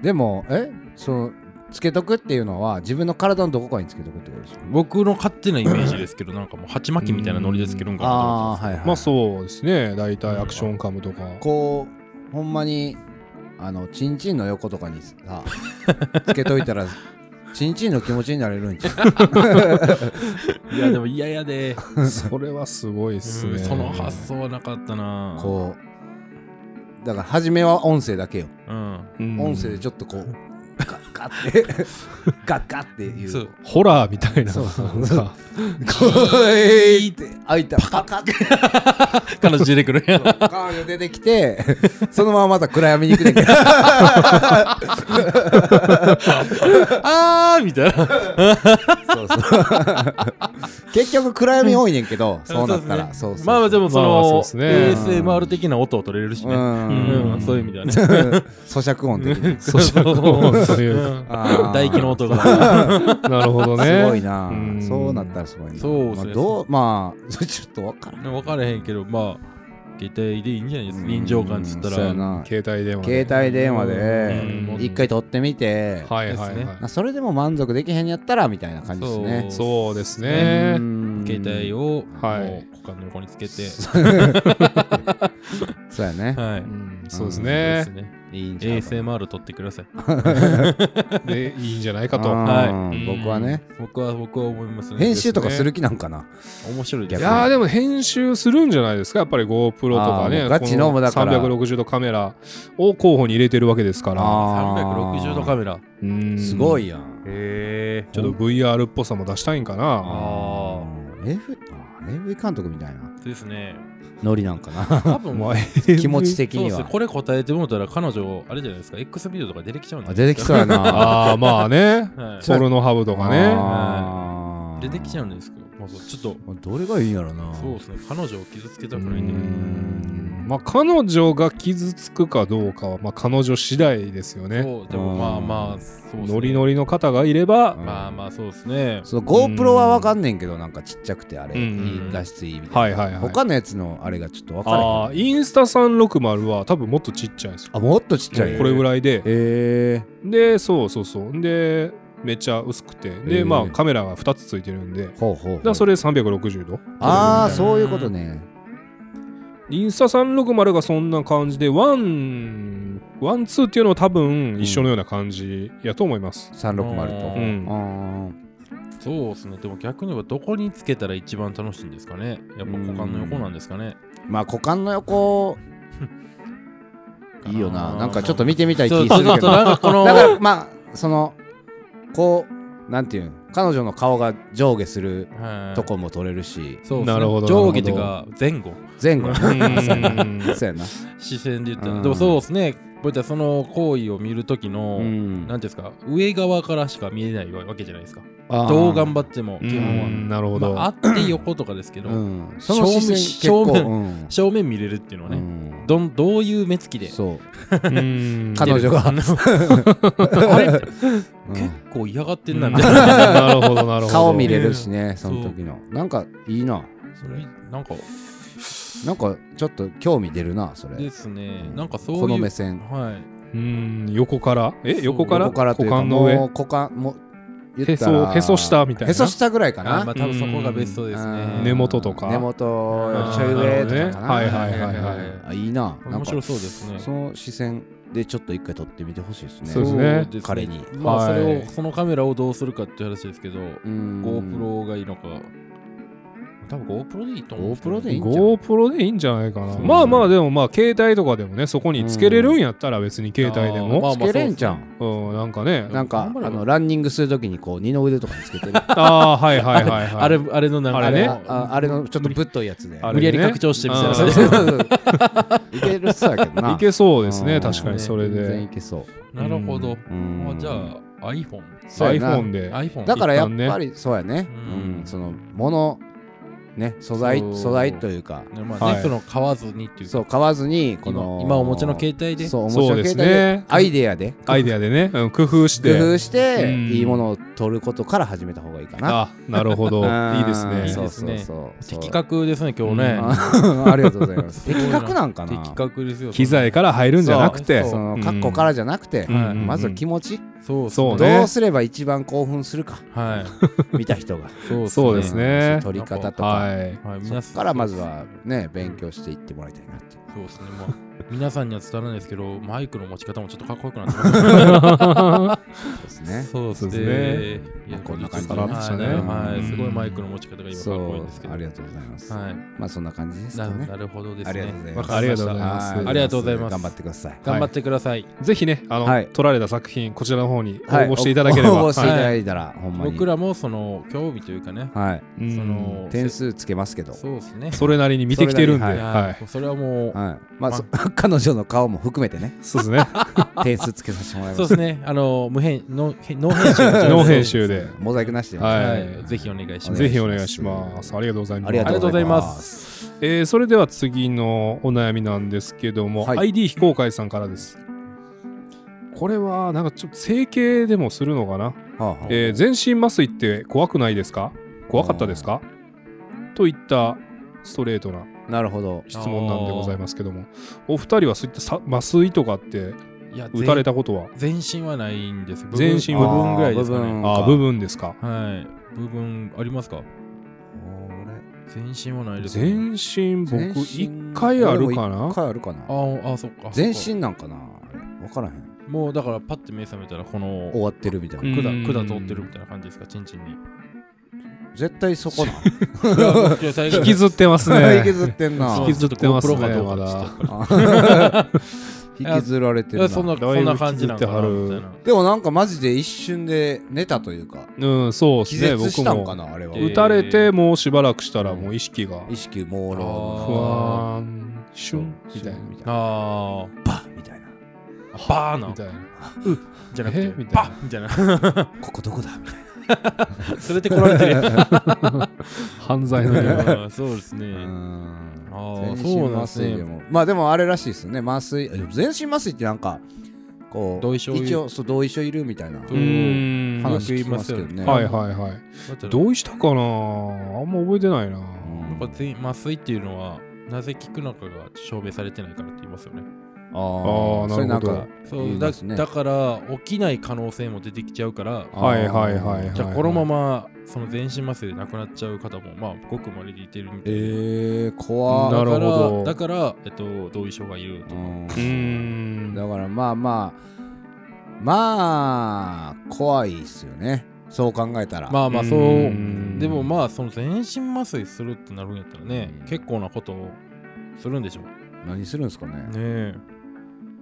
Speaker 1: でもえそのつけとくっていうのは自分の体のどこかにつけとくってことでしょ
Speaker 3: 僕の勝手なイメージですけど、なんかもう鉢巻きみたいなノリでつけるんかなと思
Speaker 1: あ
Speaker 3: っ
Speaker 1: あはいはい
Speaker 2: まあそうですね。大体アクションカムとか。
Speaker 1: こうほんまにあのチンチンの横とかにさ つけといたらチンチンの気持ちになれるんちゃう
Speaker 3: て。いや、でも嫌やで、
Speaker 2: それはすごいです
Speaker 3: う
Speaker 2: ね。
Speaker 3: んその発想はなかったな。
Speaker 1: こうだから初めは音声だけよ、
Speaker 3: うん。
Speaker 2: うん
Speaker 1: 音声でちょっとこうガッガッってガッガッってい
Speaker 3: そうう
Speaker 2: ホラーみたいな。
Speaker 1: そうそう
Speaker 2: なんか
Speaker 1: いって開いたらパカッて
Speaker 3: 彼女出てくるやん。
Speaker 1: カーンが出てきてそのまままた暗闇に行くねんけど
Speaker 3: あーみたいな。
Speaker 1: そうそう 結局暗闇多いねんけどそうなったらそうそう
Speaker 3: まあでもそ
Speaker 2: まあそう
Speaker 3: の、
Speaker 2: ですね
Speaker 3: ASMR 的な音を取れるしね。
Speaker 1: うん
Speaker 3: うんそういう意味ではね。
Speaker 1: 咀嚼音的に
Speaker 2: 咀嚼音という
Speaker 3: うん
Speaker 1: あー
Speaker 3: 唾液の 音が。
Speaker 2: なるほどね。
Speaker 1: すごいな
Speaker 2: うん
Speaker 1: そうなったらすごいな
Speaker 3: そう
Speaker 1: ま
Speaker 3: ですね
Speaker 1: あどうまあ ちょっとわからん
Speaker 3: でも分からへんけど、まあ、携帯でいいんじゃないですか。臨場感っつった
Speaker 1: そうや
Speaker 3: ら。
Speaker 1: な
Speaker 2: 携帯電話で。
Speaker 1: 携帯電話
Speaker 2: う
Speaker 1: で
Speaker 2: ん
Speaker 1: 一回撮ってみて
Speaker 2: はいはい
Speaker 3: です
Speaker 2: は
Speaker 3: ね
Speaker 1: まあそれでも満足できへんやったらみたいな感じですね
Speaker 2: い。そうです
Speaker 1: う
Speaker 2: ね。
Speaker 1: ん
Speaker 3: 携帯を、
Speaker 2: はい
Speaker 3: もう股間の横につけて。
Speaker 1: そう やね
Speaker 3: はい。
Speaker 2: うんそうです
Speaker 3: で
Speaker 2: ね
Speaker 3: す。ね。
Speaker 1: いいんちゃうかな
Speaker 3: ASMR 撮ってください。
Speaker 2: で、いいんじゃないかと。
Speaker 1: うん
Speaker 3: はい
Speaker 1: 僕はね
Speaker 3: 僕は、僕は思いますね。
Speaker 1: 編集とかする気なんかな
Speaker 3: 面白いで
Speaker 2: い
Speaker 3: す。
Speaker 2: やーでも編集するんじゃないですかやっぱり GoPro とか
Speaker 1: あーも
Speaker 2: ね
Speaker 1: うガチの
Speaker 2: こ
Speaker 1: だから
Speaker 2: 360度カメラを候補に入れてるわけですから
Speaker 1: あー
Speaker 3: 360度カメラ。
Speaker 2: うん
Speaker 1: すごいやん
Speaker 3: へ
Speaker 2: ちょっと VR っぽさも出したいんかな
Speaker 3: あ
Speaker 1: レフあレフ監督みたいな
Speaker 3: ー。ですね。
Speaker 1: ノリなんかな
Speaker 3: 多 分、
Speaker 2: まあ
Speaker 1: 気持ち的
Speaker 3: そう
Speaker 1: に
Speaker 3: ですね
Speaker 1: は。
Speaker 3: これ答えてもうたら彼女、あれじゃないですか、X ビデオとか出てきちゃうん
Speaker 1: あ
Speaker 3: で
Speaker 1: 出てきそうやな
Speaker 2: ああま あね
Speaker 3: はい
Speaker 2: ポルノハブとかね
Speaker 1: あー
Speaker 3: 出てきちゃうんですけど、まあ、そうちょっ
Speaker 1: どれがいいんやろな
Speaker 3: と、そうですね、彼女を傷つけた
Speaker 2: う
Speaker 3: くないんで、
Speaker 2: んまあ彼女が傷つくかどうかはまあ彼女次第ですよね
Speaker 3: そう、でもまあまあ、そうですね。
Speaker 2: ノリノリの方がいれば
Speaker 3: まあまあ、そうですね。
Speaker 1: その GoPro はわかんねんけどなんかちっちゃくてあれ、
Speaker 2: うんうん
Speaker 1: いい画質いいみたいな、
Speaker 2: はいはいはい
Speaker 1: 他のやつのあれがちょっとわからへん
Speaker 2: ああインスタ360は多分もっとちっちゃいんですよ
Speaker 1: あもっとちっちゃい
Speaker 2: これぐ
Speaker 1: い
Speaker 2: らいで
Speaker 1: え
Speaker 2: でそうそうそうんでめっちゃ薄くてで、
Speaker 1: えー
Speaker 2: まあカメラが2つついてるんでだか
Speaker 1: ー、ほうほうほう
Speaker 2: らそれ360度
Speaker 1: ああそういうことね
Speaker 2: インスタ360がそんな感じでワンワンツーっていうのは多分一緒のような感じやと思います、
Speaker 1: 360
Speaker 2: う
Speaker 1: と
Speaker 2: ん
Speaker 1: うん
Speaker 3: そうですね、でも逆に言えば、どこにつけたら一番楽しいんですかね。やっぱ股間の横なんですかね。
Speaker 1: まあ股間の 横いいよななんかちょっと見てみたい気
Speaker 3: ちょっ
Speaker 1: するけ
Speaker 3: と
Speaker 1: ど
Speaker 3: なんかこの
Speaker 1: だからまあそのこうなんていうん彼女の顔が上下する
Speaker 3: はい
Speaker 1: とこも撮れるし
Speaker 3: そうですね
Speaker 2: なるほど
Speaker 3: 上下っていうか、前後、
Speaker 1: 前後そう
Speaker 2: うん
Speaker 1: やな
Speaker 3: 視線で言った
Speaker 1: うん
Speaker 3: ら、でもそうですね、こういったその行為を見るときの、
Speaker 1: うん
Speaker 3: なんていうんですか上側からしか見えないわけじゃないですか。
Speaker 1: あー
Speaker 3: どう頑張っても
Speaker 2: う
Speaker 3: 基本は。
Speaker 2: んなるほ
Speaker 3: ま
Speaker 2: ど、
Speaker 3: あ、あって横とかですけど、
Speaker 1: うんその視線結構
Speaker 3: 正面
Speaker 1: うん
Speaker 3: 正面見れるっていうのは
Speaker 1: う
Speaker 3: ね、
Speaker 1: ん
Speaker 3: どんどういう目つきで。
Speaker 1: そう
Speaker 2: うん
Speaker 1: 彼女が
Speaker 3: あの あれ
Speaker 1: うん
Speaker 3: 結構嫌がって
Speaker 2: うんん
Speaker 3: な
Speaker 2: な
Speaker 3: みたいな。
Speaker 2: るほ どなるほど
Speaker 1: 顔見れ
Speaker 3: え
Speaker 1: る
Speaker 3: え
Speaker 1: しねその時のなんかいいな
Speaker 3: それなんか
Speaker 1: なんかちょっと興味出るなそれ
Speaker 3: ですね、なんかそういう。
Speaker 1: この目線
Speaker 3: はい。
Speaker 2: うん横からえ横から
Speaker 1: 横からというか
Speaker 2: 股間の上
Speaker 1: もう股間もう言ったら
Speaker 2: へそへそ下みたいな
Speaker 1: へそ下ぐらいか
Speaker 3: あ
Speaker 1: な
Speaker 3: まあ多分そこがベストです
Speaker 1: うん
Speaker 3: ね。
Speaker 2: 根元とか
Speaker 1: 根元よりちょい
Speaker 3: あ
Speaker 1: 上
Speaker 3: ー
Speaker 1: とかかな
Speaker 2: なるほどねはいはいはいはい
Speaker 1: あいいななん
Speaker 3: 面
Speaker 1: か
Speaker 3: 白そうですね。
Speaker 1: その視線でちょっと一回撮ってみてほしいですね
Speaker 2: そうですね
Speaker 1: 彼に
Speaker 3: まあそれ
Speaker 2: は
Speaker 3: を
Speaker 2: い
Speaker 3: そのカメラをどうするかっていう話ですけど、
Speaker 1: うん
Speaker 3: GoPro がいいのか。多分 GoPro でいいと思うんすけど
Speaker 1: GoPro でいいんじゃない
Speaker 2: GoPro でいいんじゃないかな、
Speaker 1: そう
Speaker 2: まあまあでもまあ携帯とかでもねそこにつけれるんやったら別に携帯で
Speaker 3: あーま
Speaker 2: も、
Speaker 3: あ
Speaker 1: つけれんじゃん
Speaker 2: うんなん かね
Speaker 1: なんか
Speaker 3: 頑張れ
Speaker 1: あ
Speaker 3: ば
Speaker 1: のランニングするときにこう二の腕とかにつけてる
Speaker 2: ああーはいはいはいはい
Speaker 3: あれあれのなんか
Speaker 2: あれね
Speaker 1: あああれのちょっとぶっといやつで
Speaker 2: あれ
Speaker 3: 無理やり拡張してみたい
Speaker 2: あ
Speaker 3: な
Speaker 2: ー
Speaker 1: そうそう そう いけるそうやけどない
Speaker 2: けそうです
Speaker 1: う
Speaker 2: ね
Speaker 1: ん
Speaker 2: 確かにそれ
Speaker 1: 全然い
Speaker 2: で
Speaker 1: けそう
Speaker 3: なるほど。
Speaker 1: うん
Speaker 3: まあじゃあ iPhone。
Speaker 1: そうやな
Speaker 2: iPhone で
Speaker 3: iPhone。
Speaker 1: だからやっぱ
Speaker 2: 一旦
Speaker 1: りそうやね、う
Speaker 3: うんん
Speaker 1: そのものね素材
Speaker 3: そう
Speaker 1: 素材というか
Speaker 3: ねまあ
Speaker 2: は
Speaker 3: ね、
Speaker 2: い
Speaker 3: その買わずにっていうか
Speaker 1: そう買わずにこ
Speaker 3: 今
Speaker 1: の
Speaker 3: 今お持ちの携帯で。
Speaker 1: そうお持ち
Speaker 2: そう
Speaker 1: の
Speaker 2: です
Speaker 1: 携帯
Speaker 2: ね
Speaker 1: でアイデアで
Speaker 2: アイデアでね、うん工夫し
Speaker 1: 工
Speaker 2: て
Speaker 1: 夫して
Speaker 2: うん
Speaker 1: いいものを取ることから始めた方がいいかな
Speaker 2: あなるほど
Speaker 1: うん
Speaker 2: いいですね
Speaker 1: そうそ
Speaker 3: です
Speaker 1: う
Speaker 3: ね
Speaker 1: そうそう
Speaker 3: 的確ですね、今日
Speaker 2: う
Speaker 3: ね
Speaker 2: ん。
Speaker 1: あ ありがとうござい ます的確なんかな
Speaker 3: 的確ですよ。
Speaker 2: 機材から入るんじゃなくて
Speaker 1: その
Speaker 2: うん
Speaker 1: 括弧からじゃなくて、
Speaker 2: うんうんうん
Speaker 1: まず気持ち、
Speaker 3: そう
Speaker 2: そうね
Speaker 1: どうすれば一番興奮するか
Speaker 3: はい。
Speaker 1: 見た人が
Speaker 3: そう
Speaker 2: そうですね
Speaker 1: 取り方とか、
Speaker 2: はい
Speaker 3: はい、
Speaker 1: そ
Speaker 3: 皆
Speaker 1: っ
Speaker 3: さん
Speaker 1: からまずはね勉強していってもらいたいなっていう
Speaker 3: そうですね、まあ、皆さんには伝わらないですけど、マイクの持ち方もちょっとかっこよくなってま
Speaker 1: です
Speaker 3: すね。
Speaker 1: ね。
Speaker 3: そうです
Speaker 2: そう
Speaker 3: ね
Speaker 2: で。
Speaker 3: いや
Speaker 1: こんな感じ
Speaker 3: 実は
Speaker 1: になりま
Speaker 2: したね
Speaker 3: はいは
Speaker 2: う
Speaker 3: い、
Speaker 2: ん
Speaker 3: すごいマイクの持ち方が今かっ
Speaker 1: そ
Speaker 3: こいいん
Speaker 1: う
Speaker 3: ですけ、ど。
Speaker 1: ありが
Speaker 3: う
Speaker 1: とうございます。
Speaker 3: はい。
Speaker 1: まあそんな感じですか
Speaker 3: な
Speaker 1: ね。
Speaker 3: なるほどですね。
Speaker 1: ありがとうございます
Speaker 3: わかりまし
Speaker 2: あり
Speaker 3: た
Speaker 2: がとうございます
Speaker 1: は
Speaker 3: ありがとうございます
Speaker 1: 頑張ってください。
Speaker 3: 頑張ってください。
Speaker 2: ぜひね、あの、
Speaker 1: はい
Speaker 2: 撮られた作品、こちらの方に応
Speaker 1: はい
Speaker 2: 募していただければ。
Speaker 1: 応募していた
Speaker 2: は
Speaker 1: だ
Speaker 2: い
Speaker 1: いたら、ほんまに。
Speaker 3: 僕らもその興味というかね、
Speaker 1: はい。
Speaker 2: うん
Speaker 3: その
Speaker 1: 点数つけますけど。
Speaker 3: そうですね。
Speaker 2: それなりに見てきてるんで、
Speaker 1: そ
Speaker 2: は
Speaker 1: れ
Speaker 2: い、
Speaker 3: やそれはもう、
Speaker 1: はい。まあそ 彼女の顔も含めてね、
Speaker 2: そうですね。
Speaker 1: 点数つけさせてもらい
Speaker 3: そ
Speaker 1: ま
Speaker 3: う
Speaker 1: す
Speaker 3: で。すね。あの無編ノーノー編集
Speaker 2: ノー編集で。
Speaker 1: モザイクなしで。
Speaker 2: は
Speaker 3: はい、ぜひお願いします。
Speaker 2: ぜひお願いします。ありがとうございます。
Speaker 1: ありが
Speaker 3: あり
Speaker 1: と
Speaker 3: がと
Speaker 1: うござ
Speaker 3: うござ
Speaker 1: い
Speaker 3: い
Speaker 1: ま
Speaker 3: ますす。
Speaker 2: えーそれでは次のお悩みなんですけども、
Speaker 1: はい
Speaker 2: ID 非公開さんからです。これはなんかちょっと整形でもするのかな、
Speaker 1: はあはあ
Speaker 2: えー全身麻酔って怖くないですか怖かったですかといったストレートな
Speaker 1: なるほど。
Speaker 2: 質問なんでございますけどもお二人はそういったさ麻酔とかって
Speaker 3: いや
Speaker 2: 打たれたことは
Speaker 3: 全身はないんです。部分
Speaker 2: 全身は
Speaker 3: 部分ぐらいですか
Speaker 1: あー部
Speaker 3: ね。
Speaker 1: 分
Speaker 2: あー部分ですか
Speaker 3: はい。部分ありますか全身はないです、ね。
Speaker 2: 全身僕
Speaker 1: 全身
Speaker 2: 一回あるか
Speaker 1: 俺も一
Speaker 2: な
Speaker 1: 回あるかな
Speaker 3: あーあ、そっか。
Speaker 1: 全
Speaker 3: そっ
Speaker 1: 身なんかなあれ分からへん
Speaker 3: かもうだからパッて目覚めたらこの
Speaker 1: 終わってるみたいな、
Speaker 2: うん
Speaker 3: 管管通ってるみたいな感じですか、チンチン に。
Speaker 1: 絶対そこな
Speaker 2: 引きずってます
Speaker 1: 引き
Speaker 2: ね
Speaker 1: ずってんな
Speaker 2: 引きずってますね
Speaker 3: ちょっと GoPro かどうかちょっと
Speaker 1: あ 引きずられて
Speaker 3: い
Speaker 1: るな
Speaker 3: やそんな
Speaker 2: だいぶ
Speaker 3: そんな感じなんかな
Speaker 2: 引きず
Speaker 3: み
Speaker 2: って
Speaker 3: た
Speaker 2: はいる
Speaker 3: な。
Speaker 1: でもなんかマジで一瞬で寝たというか
Speaker 2: うんそう
Speaker 1: 気
Speaker 2: ですね
Speaker 1: 絶
Speaker 2: 僕
Speaker 1: したんか
Speaker 2: も
Speaker 1: なあれは、
Speaker 3: えー
Speaker 2: 打たれてもうしばらくしたらもう意識が
Speaker 1: 意識朦朧
Speaker 3: あー
Speaker 2: ふわーんシュンみたいな
Speaker 1: みたいな
Speaker 3: あ
Speaker 1: バッみたいな
Speaker 3: あ、バーな
Speaker 2: みたいな
Speaker 3: じゃなくて
Speaker 2: えみ、たい
Speaker 3: バ
Speaker 2: な
Speaker 3: ッみたいな。
Speaker 1: ここどこだみたい
Speaker 3: 連れてこられてる。
Speaker 2: 犯罪のよう
Speaker 3: うん そうです
Speaker 1: なう
Speaker 3: ね。
Speaker 1: ん
Speaker 3: あー
Speaker 1: 全
Speaker 3: そう
Speaker 1: 身
Speaker 3: なん
Speaker 1: 麻
Speaker 3: ですね
Speaker 1: 酔でもまあでもあれらしいですよね麻酔でも全身麻酔ってなんかこう
Speaker 3: 同意書いる
Speaker 1: 一応そう同意書いるみたいな
Speaker 3: そう
Speaker 2: ー
Speaker 3: 話
Speaker 2: んは
Speaker 1: 話聞きますけどね
Speaker 2: いはいはい
Speaker 3: だったら
Speaker 2: どうしたかなあんま覚えてない
Speaker 1: うん
Speaker 2: な
Speaker 3: やっぱ全麻酔っていうのはなぜ効くのかが証明されてないからって言いますよね。
Speaker 1: あ
Speaker 2: あー
Speaker 1: あ、それなん
Speaker 2: なる
Speaker 1: か、
Speaker 3: そう
Speaker 1: 言い
Speaker 3: だ
Speaker 1: ますね
Speaker 3: だから起きない可能性も出てきちゃうから、
Speaker 1: あ
Speaker 2: はいはいはいはい
Speaker 3: じゃあこのままその全身麻酔で亡くなっちゃう方もまあごくまれにいてるみたいな。
Speaker 1: えー、
Speaker 2: な
Speaker 1: 怖っ
Speaker 2: るほど
Speaker 3: だからだからえっと同意書がいる
Speaker 1: うん
Speaker 3: とか。
Speaker 2: うーん
Speaker 1: だからまあまあ、まあ、怖いっすよね。そう考えたら。
Speaker 3: まあまあそううんでもまあその全身麻酔するってなるんやったらね
Speaker 1: うん
Speaker 3: 結構なことをするんでしょう
Speaker 1: 何するんすかね。
Speaker 3: ねえ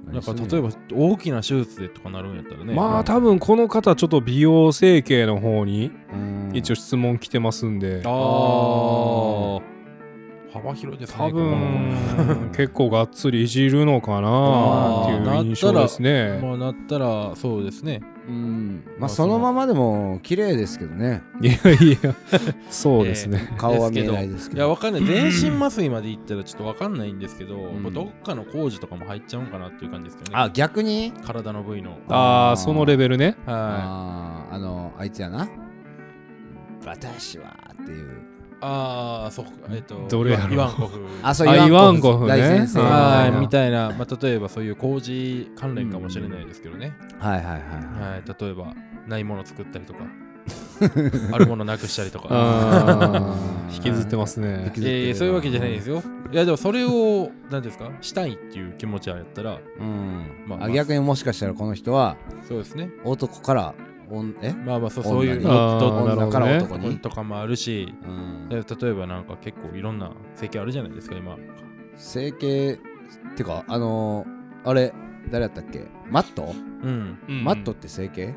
Speaker 3: なん
Speaker 1: 何す
Speaker 3: か
Speaker 1: るんや
Speaker 3: 例えば大きな手術でとかなるんやったらね
Speaker 2: まあ多分この方ちょっと美容整形の方に
Speaker 1: うん
Speaker 2: 一応質問来てますんで、
Speaker 3: あー幅広いですね
Speaker 2: 多
Speaker 3: この
Speaker 2: 分 結構がっつりいじるのかなっていう印象ですね。
Speaker 3: まあなったらそうですね
Speaker 1: うん。まあ、そのままでも、綺麗ですけどね。
Speaker 2: いやいや、そうですね。
Speaker 1: 顔は見えないですけ
Speaker 3: いや
Speaker 1: ど。
Speaker 3: わかん ない全身麻酔までいったらちょっとわかんないんですけど、
Speaker 1: ん
Speaker 3: まあどっかの工事とかも入っちゃうんかなっていう感じですけどね
Speaker 1: あ、逆に
Speaker 3: 体の部位の
Speaker 1: えー
Speaker 2: ああ、そのレベルね。
Speaker 3: はい
Speaker 1: あーあの、あいつやな。私はっていう。
Speaker 3: ああそっかえっ、と
Speaker 2: どれやろう
Speaker 3: イワンコフ
Speaker 1: あ、そう、
Speaker 2: あ
Speaker 1: イワン
Speaker 2: イワンコ
Speaker 1: コ
Speaker 2: フ
Speaker 1: フ
Speaker 2: ね
Speaker 1: 大先生み
Speaker 3: は
Speaker 1: たい
Speaker 3: い
Speaker 1: な。
Speaker 3: みたいな、まあ、例えばそういう工事関連かもしれないですけどね、
Speaker 1: はいはいはいはい。
Speaker 3: はい、例えばないもの作ったりとかあるものなくしたりとか
Speaker 2: あー引きずってますね。
Speaker 1: 引きずってるわ
Speaker 3: えー、そういうわけじゃないですよいやでもそれを何ですかしたいっていう気持ちはやったら
Speaker 1: うん
Speaker 3: まあ
Speaker 1: あ
Speaker 3: まあ
Speaker 1: 逆にもしかしたらこの人は
Speaker 3: そうですね
Speaker 1: 男から女え
Speaker 3: まあまあそうそういう
Speaker 1: 女に
Speaker 3: どど
Speaker 2: あーなる
Speaker 1: 女
Speaker 2: ほ
Speaker 1: か
Speaker 2: ど
Speaker 1: ら
Speaker 2: ね
Speaker 1: 男に、
Speaker 3: とかもあるし
Speaker 1: うん
Speaker 3: で例えばなんか結構いろんな整形あるじゃないですか今
Speaker 1: 整形ってかあのー、あれ誰やったっけマット、
Speaker 3: うん
Speaker 2: うん
Speaker 1: マットって整形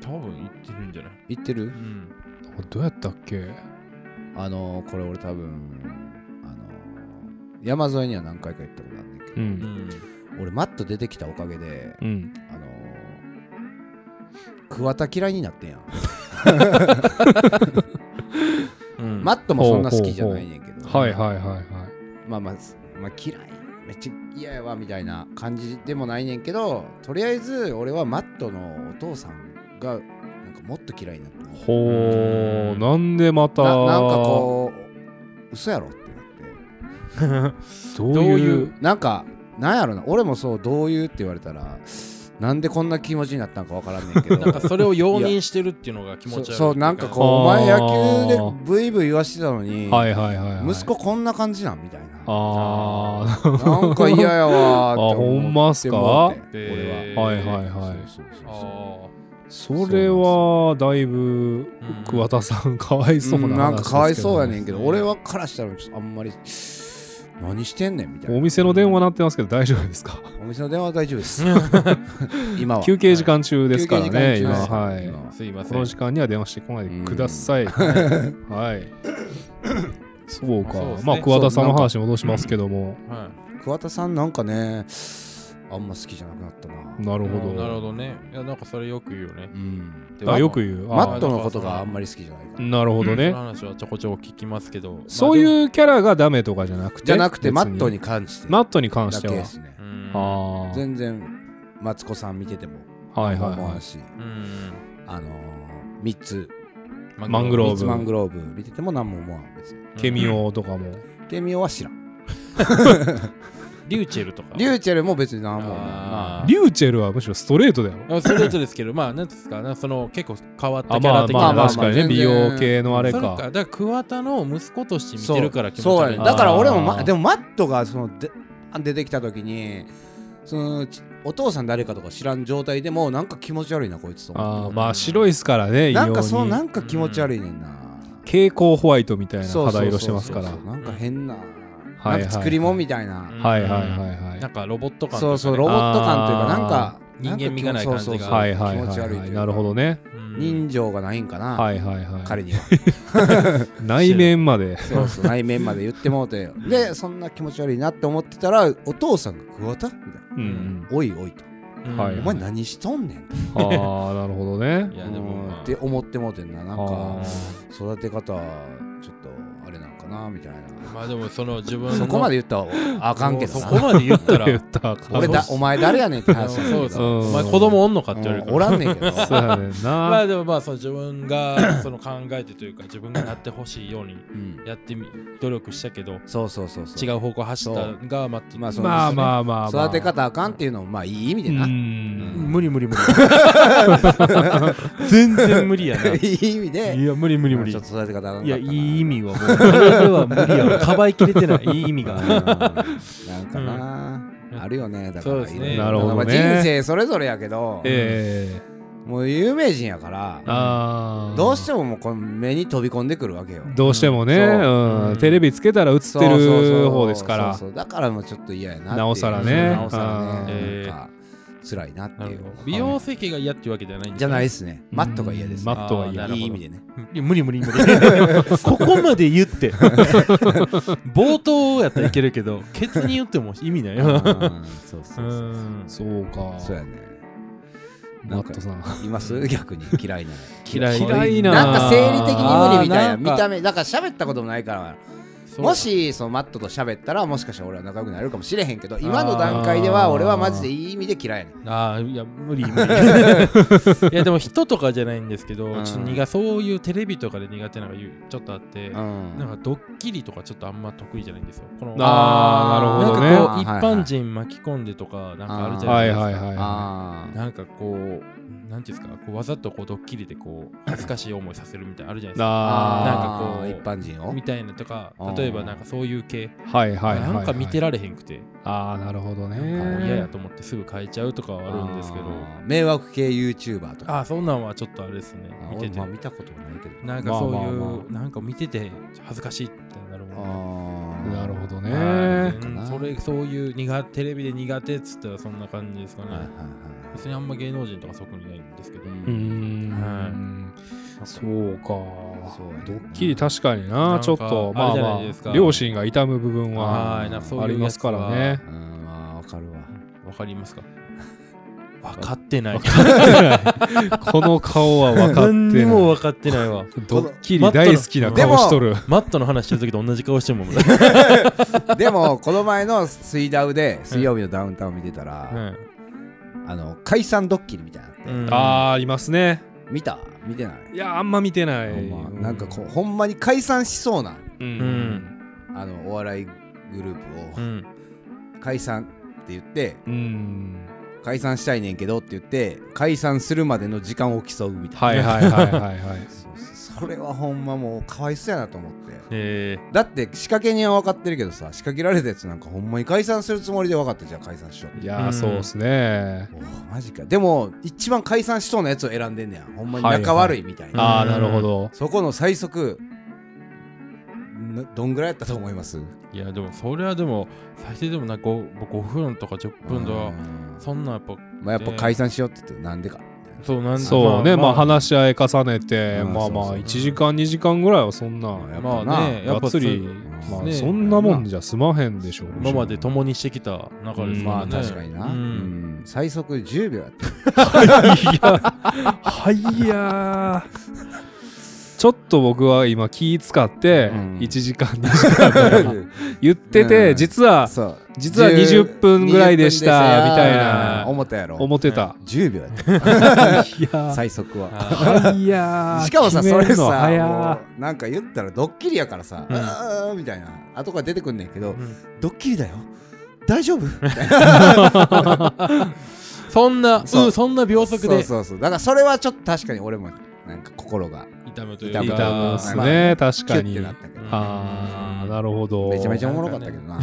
Speaker 3: 多分言ってるんじゃない
Speaker 1: 言ってる
Speaker 3: うん
Speaker 2: どうやったっけ
Speaker 1: あのー、これ俺多分あのー、山沿いには何回か行ったことあるんだけ
Speaker 2: う。
Speaker 1: ど、
Speaker 3: うんん
Speaker 1: 俺マット出てきたおかげで
Speaker 2: うん。
Speaker 1: あのー、桑田嫌いになってんやん、
Speaker 3: うん
Speaker 1: マットもそんな好きじゃないねんけど
Speaker 2: はいはいはいはい。
Speaker 1: まあまあ、まあ、嫌いめっちゃ嫌やわみたいな感じでもないねんけどとりあえず俺はマットのお父さんがなんかもっと嫌いになったな
Speaker 2: ほう、なんでまた、
Speaker 1: なんかこう嘘やろってなっ
Speaker 2: どういう、
Speaker 1: てなんかなんやろな俺もそうどういうって言われたらなんでこんな気持ちになったのかわからんねん けど
Speaker 3: なんかそれを容認してるっていうのが気持
Speaker 1: そ
Speaker 3: ち悪い
Speaker 1: そうなんかこうお
Speaker 2: あ
Speaker 1: 前
Speaker 2: ー
Speaker 1: 野球でブイブイ言わしてたのに、
Speaker 2: はいはいはい、はい、
Speaker 1: 息子こんな感じなんみたいな
Speaker 2: あ
Speaker 1: なんか嫌やわーって思って
Speaker 2: あほんまっすか
Speaker 1: もうて俺
Speaker 3: えー
Speaker 1: は
Speaker 2: はいはいはい
Speaker 1: そうそうそうそう
Speaker 3: あ
Speaker 2: あそれはだいぶ
Speaker 3: うん
Speaker 2: 桑田さんかわいそう
Speaker 1: う
Speaker 2: な話ですけど、
Speaker 1: んなんかかわいそうやねんけど
Speaker 3: うん
Speaker 1: 俺はからしたらちょっとあんまり何してんねんみたいな
Speaker 2: お店の電話鳴ってますけど大丈夫ですか
Speaker 1: お店の電話は大丈夫です 今は
Speaker 2: 休憩時間中ですからね、
Speaker 1: 休憩時
Speaker 2: 今
Speaker 1: 間中です
Speaker 2: は
Speaker 1: 今
Speaker 2: い
Speaker 1: は
Speaker 3: あすいませ
Speaker 2: こ
Speaker 3: ん
Speaker 2: の時間には電話してこないでください、はいそうか
Speaker 3: そうですね
Speaker 2: まあ桑田さんの話に戻しますけども
Speaker 3: は
Speaker 1: 桑田さんなんかねあんま好きじゃなくなったな
Speaker 2: なる
Speaker 3: い
Speaker 2: ほど
Speaker 3: あーなるほどねいやなんかそれよく言うよね
Speaker 1: うん
Speaker 3: で
Speaker 2: あ
Speaker 3: も
Speaker 2: よく言う
Speaker 1: マ
Speaker 2: あ
Speaker 1: ットのことがあんまり好きじゃないから
Speaker 2: なるほどね、
Speaker 3: その話はちょこちょこ聞きますけど
Speaker 2: そう
Speaker 3: う
Speaker 2: いうキャラがダメとかじゃなくて
Speaker 1: じゃなくて
Speaker 2: 別
Speaker 1: マットに関して
Speaker 2: マットに関
Speaker 1: だ
Speaker 2: して
Speaker 1: け
Speaker 2: は
Speaker 1: ですね
Speaker 3: うん
Speaker 2: あー
Speaker 1: 全然マツコさん見てても
Speaker 2: はいはい
Speaker 1: 思
Speaker 2: は
Speaker 1: わん
Speaker 2: い
Speaker 1: し
Speaker 3: うん
Speaker 1: あのーミッツ
Speaker 2: マングローブ
Speaker 1: ミッツマングローブ見てても何も思わん別に
Speaker 2: ケミ
Speaker 3: を
Speaker 2: オとかも
Speaker 1: ケミオは知らん
Speaker 3: リューチェルとか
Speaker 1: リューチェルも別に何も思わんな
Speaker 3: あー
Speaker 2: リューチェルはむしろストレートだよ
Speaker 3: あそれぞれですけど、まあ、なんですか、なんかその結構変わった
Speaker 2: あ
Speaker 3: キャ
Speaker 2: ま
Speaker 3: ラ
Speaker 2: あ
Speaker 3: 的
Speaker 2: ま
Speaker 3: な。
Speaker 2: あ確かに
Speaker 1: ま
Speaker 2: ね
Speaker 1: あまあ全然
Speaker 2: 美容系のあれ
Speaker 3: そだ
Speaker 2: か
Speaker 3: から桑田の息子として見
Speaker 1: そう
Speaker 3: てるから気持ち
Speaker 1: そう
Speaker 3: 悪
Speaker 1: や
Speaker 3: い。
Speaker 1: ねだから俺も、
Speaker 2: あ
Speaker 1: ま、
Speaker 2: ー
Speaker 1: でもマットがそので出てきた時にそのちお父さん誰かとか知らん状態でもなんか気持ち悪いなこいつと思っ
Speaker 2: あーまあ白いっすからね
Speaker 1: て
Speaker 2: 異様
Speaker 1: な
Speaker 2: に
Speaker 1: んかそうなんか気持ち悪いねんな、
Speaker 2: 蛍光ホワイトみたいな
Speaker 1: そうそうそう
Speaker 2: 肌色してますから
Speaker 1: そうそうなんか変な,、
Speaker 2: はい
Speaker 1: なんか作り物みたいな、
Speaker 3: うん
Speaker 2: はいはいはいはい
Speaker 3: なんかロボット感とか
Speaker 1: そ
Speaker 3: ね
Speaker 1: うそうロボット感というか
Speaker 2: あー
Speaker 1: なんか
Speaker 3: 人間味がない感じ
Speaker 1: そ
Speaker 3: が
Speaker 1: うそうそう
Speaker 2: はいはいはい
Speaker 1: 気持ち悪いと
Speaker 2: はいいう
Speaker 1: か
Speaker 2: なるほどね
Speaker 3: うん
Speaker 1: 人情がないんかな、
Speaker 2: はいはいは
Speaker 1: 彼には
Speaker 2: い内面まで
Speaker 1: そうそう内面まで言ってもうてでそんな気持ち悪いなって思ってたらお父さんが「桑田?」みたいな
Speaker 2: うんうん
Speaker 1: 「おいおい」と
Speaker 3: うん
Speaker 2: は
Speaker 1: 「
Speaker 2: い
Speaker 1: お前何しとんねん」
Speaker 2: ああなるほどね
Speaker 3: いや、でも、まあ
Speaker 1: って思ってもうてんななん
Speaker 2: あ
Speaker 1: か
Speaker 2: ー
Speaker 1: 育て方ちょっとあれなんかなみたいな
Speaker 3: まあでもその自分の。
Speaker 1: そこまで
Speaker 3: 言っ
Speaker 1: 言ったらあかんけど
Speaker 3: そこ
Speaker 1: な
Speaker 3: まで言った ら。
Speaker 2: 言ったらあかん
Speaker 1: 俺だお前誰やねんって話なんだ
Speaker 3: そう
Speaker 1: け
Speaker 3: そう
Speaker 1: ど。
Speaker 2: うん
Speaker 3: お前子供おんのかって言われる
Speaker 1: うん
Speaker 3: から。
Speaker 1: おらんね んけど
Speaker 2: そうやねんな
Speaker 3: まあでもまあその自分がその考えてというか自分がなってほしいように
Speaker 1: うん
Speaker 3: やってみ努力したけど
Speaker 1: そうそうそうそう
Speaker 3: 違う方向走ったがマット
Speaker 1: まあそう
Speaker 2: まあまあまあまあ
Speaker 1: 育て方あかんっていうのもまあいい意味で
Speaker 2: う
Speaker 1: ない
Speaker 2: ん
Speaker 3: 無理無理無理 全然無理やない
Speaker 1: い意味で
Speaker 3: や無理無理無理
Speaker 1: ちょっと育て方あかんかったない
Speaker 4: や、いい意味はもう、 それは無理やろ。かばいきれてない、いい意味
Speaker 1: うん
Speaker 4: が。
Speaker 1: なんかなあるよねだから
Speaker 3: そうですね
Speaker 1: いろいろ
Speaker 3: な
Speaker 2: るほどね
Speaker 1: まあ人生それぞれやけど
Speaker 2: ええ
Speaker 1: もう有名人やから
Speaker 2: ああ
Speaker 1: どうしてももうこの目に飛び込んでくるわけよ
Speaker 2: どうしてもね、
Speaker 1: そう
Speaker 2: うん
Speaker 3: うん
Speaker 2: テレビつけたら映って
Speaker 1: そうそうそ
Speaker 2: る
Speaker 1: う
Speaker 2: 方ですから
Speaker 1: そうそうだからもうちょっと嫌やなっていう
Speaker 2: なおさらね
Speaker 1: なおさら
Speaker 3: う
Speaker 1: ね
Speaker 3: ん
Speaker 1: なんか辛いなって
Speaker 3: な
Speaker 1: いう
Speaker 3: るほど美容整形が嫌っていうわけじゃないん
Speaker 1: じゃない
Speaker 3: い
Speaker 1: ですねマットが嫌です、
Speaker 2: マットは嫌
Speaker 3: あーなる
Speaker 1: い
Speaker 3: ほ
Speaker 1: い
Speaker 3: ど
Speaker 1: 意味でね
Speaker 4: いや無理無理無理。ここまで言って。
Speaker 3: 冒頭やったらいけるけどケツに言っても意味 ないよ
Speaker 1: うんそうそう
Speaker 3: う
Speaker 1: そうそ
Speaker 3: ん
Speaker 2: そうか
Speaker 1: うそうやね
Speaker 2: マット さん
Speaker 1: います逆に嫌いな
Speaker 3: 嫌い
Speaker 2: 嫌いな
Speaker 1: なんか生理的に無理みたいな
Speaker 3: あーなんか
Speaker 1: 見た目だから喋ったこともないからもしそのマットと喋ったらもしかしたら俺は仲良くなれるかもしれへんけど今の段階では俺はマジでいい意味で嫌いやね
Speaker 3: ああいや無理無理いやでも人とかじゃないんですけど、
Speaker 1: うん
Speaker 3: ちょっと苦そういうテレビとかで苦手なのがゆちょっとあって、
Speaker 1: ん
Speaker 3: なんかドッキリとかちょっとあんま得意じゃないんですよこの
Speaker 2: あーなるほどね
Speaker 3: なんかこう一般人巻き込んでとかなんかあるじゃな
Speaker 2: はいい
Speaker 3: ですか、
Speaker 2: はいはいは
Speaker 1: あー
Speaker 3: なんかこうなんていうんですかこうわざとこうドッキリでこう恥ずかしい思いさせるみたいなのあるじゃない
Speaker 2: い
Speaker 3: ですか
Speaker 2: なあ
Speaker 1: あー
Speaker 3: なん
Speaker 1: 一般人を
Speaker 3: みたいなとか
Speaker 1: あー
Speaker 3: 例えばなんかそういう系、
Speaker 2: はいはいはいはい
Speaker 3: なんか見てられへんくて、
Speaker 2: ああなるほどね
Speaker 3: もう嫌やと思ってすぐ変えちゃうとかはあるんですけど
Speaker 1: あー迷惑系 YouTuber とか
Speaker 3: ああそんなんはちょっとあれですね
Speaker 1: あ
Speaker 3: 見
Speaker 1: 俺
Speaker 3: てて
Speaker 1: まあ見たことないけど
Speaker 3: なんかそういう、
Speaker 2: まあまあまあ
Speaker 3: なんか見てて恥ずかしいってなるもんね
Speaker 1: あ
Speaker 2: なるほどね
Speaker 3: はい
Speaker 1: かな
Speaker 3: それそういう苦テレビで苦手っつったらそんな感じですかね、
Speaker 1: はいはいはい
Speaker 3: 別にあんま芸能人とかそこにないんですけど、
Speaker 2: うー
Speaker 3: はい
Speaker 2: んそうか
Speaker 1: そうやね
Speaker 2: ドッキリ確かに
Speaker 3: な
Speaker 2: なん
Speaker 3: か
Speaker 2: ちょっとま
Speaker 3: あれ
Speaker 2: あ
Speaker 3: じゃ
Speaker 2: ま
Speaker 3: ないです
Speaker 2: あ
Speaker 3: か
Speaker 2: 両親が痛む部分は
Speaker 3: はいなんかそういう
Speaker 2: ありますからね
Speaker 1: うんまあわかるわ
Speaker 3: やつはわかりますか分かってない
Speaker 2: この顔は分かっ
Speaker 3: 何
Speaker 2: て
Speaker 3: に
Speaker 2: ない
Speaker 3: も分かってない わ
Speaker 2: ドッキリ大好きな顔しとる
Speaker 3: マットの話してる時と同じ顔してるもんね、
Speaker 1: でもこの前の水ダウで水曜日のダウンタウン見てたら、あの解散ドッキリみたいなのあって
Speaker 3: うん
Speaker 2: あーありますね
Speaker 1: 見た見てない
Speaker 2: いやあんま見てない
Speaker 1: ほんまなんかこうほんまに解散しそうな
Speaker 2: う
Speaker 3: うん
Speaker 1: あのお笑いグループ
Speaker 3: う
Speaker 1: を
Speaker 3: ん
Speaker 1: 解散って言って
Speaker 2: うん
Speaker 1: 解散したいねんけどって言って解散するまでの時間を競うみたいな、
Speaker 2: はいはいはい はいはい
Speaker 1: そう そうそれはほんまもうかわいそうやなと思って
Speaker 3: え
Speaker 1: だって仕掛け人は分かってるけどさ仕掛けられたやつなんかほんまに解散するつもりで分かったじゃあ解散しようっ
Speaker 2: い
Speaker 1: て
Speaker 2: や
Speaker 3: う
Speaker 2: ー
Speaker 3: ん
Speaker 2: そうですね
Speaker 1: おーマジかでも一番解散しそうなやつを選んでんねやほんまに
Speaker 2: はいはい
Speaker 1: 仲悪いみたいな、
Speaker 2: ああなるほど
Speaker 1: そこの最速などんぐらいやったと思います
Speaker 3: ーいやでもそれはでも最低でもな 5, 5分とか10分と
Speaker 1: う
Speaker 3: か
Speaker 1: ん
Speaker 3: そんなやっぱ
Speaker 1: まあ、やっぱ解散しようって言ってなんでか
Speaker 3: そうなん
Speaker 2: そうねまあ話し合い重ねて
Speaker 1: うん
Speaker 2: ま
Speaker 1: そ
Speaker 2: あま
Speaker 1: うそう
Speaker 2: あ1時間2時間ぐらいはそんな
Speaker 1: やっ
Speaker 3: ま
Speaker 1: ぱ
Speaker 3: あ
Speaker 1: な
Speaker 3: ねや
Speaker 2: が
Speaker 3: っ
Speaker 2: っ
Speaker 3: ぱ
Speaker 2: つ
Speaker 3: つ
Speaker 2: り
Speaker 3: り
Speaker 2: ま
Speaker 3: ね
Speaker 2: あそんなもんじゃ済まへんでしょう
Speaker 3: 今まで共にしてきた中です
Speaker 1: ま
Speaker 3: も
Speaker 1: あ
Speaker 3: んね
Speaker 1: 確かにな、
Speaker 3: う
Speaker 1: うん
Speaker 3: ん
Speaker 1: 最速10秒や った
Speaker 2: はいやーちょっと僕は今気使って
Speaker 1: うん
Speaker 2: 1時間2時間とか 言ってて、
Speaker 1: うん
Speaker 2: 実は
Speaker 1: そう
Speaker 2: 実は20分ぐらいでし
Speaker 1: 20
Speaker 2: た
Speaker 1: 分で
Speaker 2: みたいな
Speaker 1: 思ったやろ
Speaker 2: 思ってた、
Speaker 1: 10秒や った
Speaker 2: いやー
Speaker 1: 最速は
Speaker 2: はいやー
Speaker 1: しかもさ
Speaker 2: 決
Speaker 1: そ
Speaker 2: める
Speaker 1: れ
Speaker 2: の早ー
Speaker 1: さもうなんか言ったらドッキリやからさ、
Speaker 3: うん
Speaker 1: あーみたいな後から出てくんねんけど、
Speaker 3: ん
Speaker 1: ドッキリだよ大丈夫
Speaker 3: そんな
Speaker 1: そう
Speaker 3: うんそんな秒速
Speaker 1: そう
Speaker 3: で
Speaker 1: そうそうだからそれはちょっと確かに俺もなんか心が
Speaker 3: 痛むという
Speaker 1: 痛
Speaker 3: か
Speaker 1: む
Speaker 2: 痛むっすね、確
Speaker 1: キ
Speaker 2: か
Speaker 1: ュッ
Speaker 2: に
Speaker 1: てなったけど
Speaker 2: あーなるほど
Speaker 1: めちゃめちゃおもろかったけどな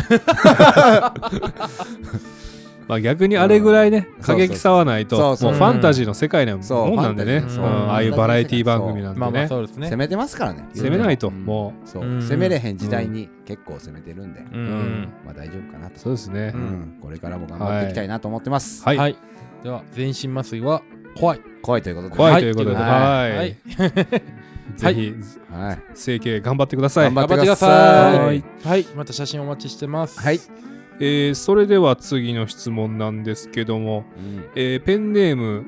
Speaker 2: まあ、逆にあれぐらいね、
Speaker 1: うん
Speaker 2: 過激さはないと
Speaker 1: そうそう
Speaker 2: もうファンタジーの世界なもんなんでね、
Speaker 1: そう
Speaker 2: うん
Speaker 3: ファンタジーの世界
Speaker 2: ああいうバラエティ番組なんでね、
Speaker 3: まあまあそうですね
Speaker 1: 攻めてますからね
Speaker 2: 攻めないと
Speaker 1: うん
Speaker 2: も
Speaker 1: そう
Speaker 3: うん
Speaker 1: 攻めれへん時代に結構攻めてるんで
Speaker 3: う
Speaker 2: うんん
Speaker 1: まあ大丈夫かなと
Speaker 2: そうですね、
Speaker 3: うん
Speaker 1: これからも頑張っていきたいなと思ってます
Speaker 2: はい、
Speaker 3: はいでは全身麻酔は怖い
Speaker 1: 怖いということで
Speaker 2: 怖
Speaker 3: はい
Speaker 2: ということで、
Speaker 1: ということで
Speaker 2: はい
Speaker 3: はい
Speaker 2: ぜひ、
Speaker 1: はい
Speaker 2: 整形頑張ってください
Speaker 1: 頑張っ
Speaker 3: 頑
Speaker 1: て
Speaker 3: 張っ
Speaker 1: く
Speaker 3: てく
Speaker 1: ださ
Speaker 3: だ
Speaker 1: い
Speaker 3: さいはいまた写真お待ちしてます
Speaker 1: はい
Speaker 2: えーそれでは次の質問なんですけども、えーペンネーム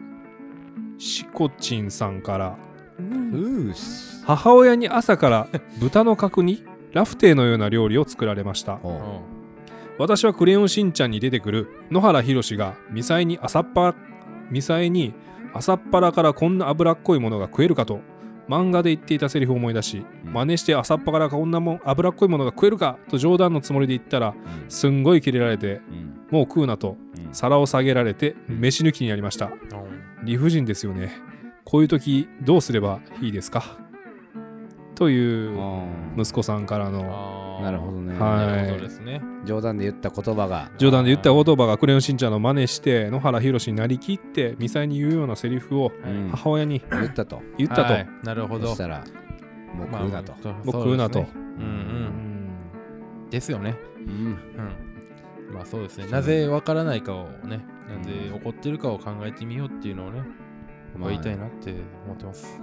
Speaker 2: しこちんさんから
Speaker 1: うーし
Speaker 2: 母親に朝から豚の角煮ラフテーのような料理を作られました
Speaker 3: う
Speaker 1: おうん
Speaker 2: 私は「クレヨンしんちゃん」に出てくる野原宏がミサイに朝っぱミサイに朝っぱらからこんな脂っこいものが食えるかと漫画で言っていたセリフを思い出し
Speaker 1: うん
Speaker 2: 真似して朝っぱからこんなもん脂っこいものが食えるかと冗談のつもりで言ったらすんごいキレられて
Speaker 1: うん
Speaker 2: もう食うなと
Speaker 1: うん
Speaker 2: 皿を下げられて
Speaker 1: うん
Speaker 2: 飯抜きになりました
Speaker 3: うん
Speaker 2: 理不尽ですよねこういう時どうすればいいですかという息子さんからの
Speaker 3: あー
Speaker 1: なるほどね
Speaker 2: はい
Speaker 3: なるほどですね
Speaker 1: 冗談で言った言葉が
Speaker 2: 冗談で言った言葉がクレヨンしんちゃんの真似して野原宏になりきってミサイに言うようなセリフを
Speaker 1: うん
Speaker 2: 母親に
Speaker 1: 言ったと
Speaker 2: 言ったと、
Speaker 3: はいなるほ
Speaker 1: そ
Speaker 3: ど
Speaker 1: したらもう食うなと
Speaker 3: まあまあ
Speaker 2: 僕食うなと
Speaker 3: そですねうんうんですよね
Speaker 1: うん
Speaker 3: うんまあそうですねなぜわからないかをねなぜ怒ってるかを考えてみようっていうのをね
Speaker 1: まあ
Speaker 3: 言いたいなって思ってます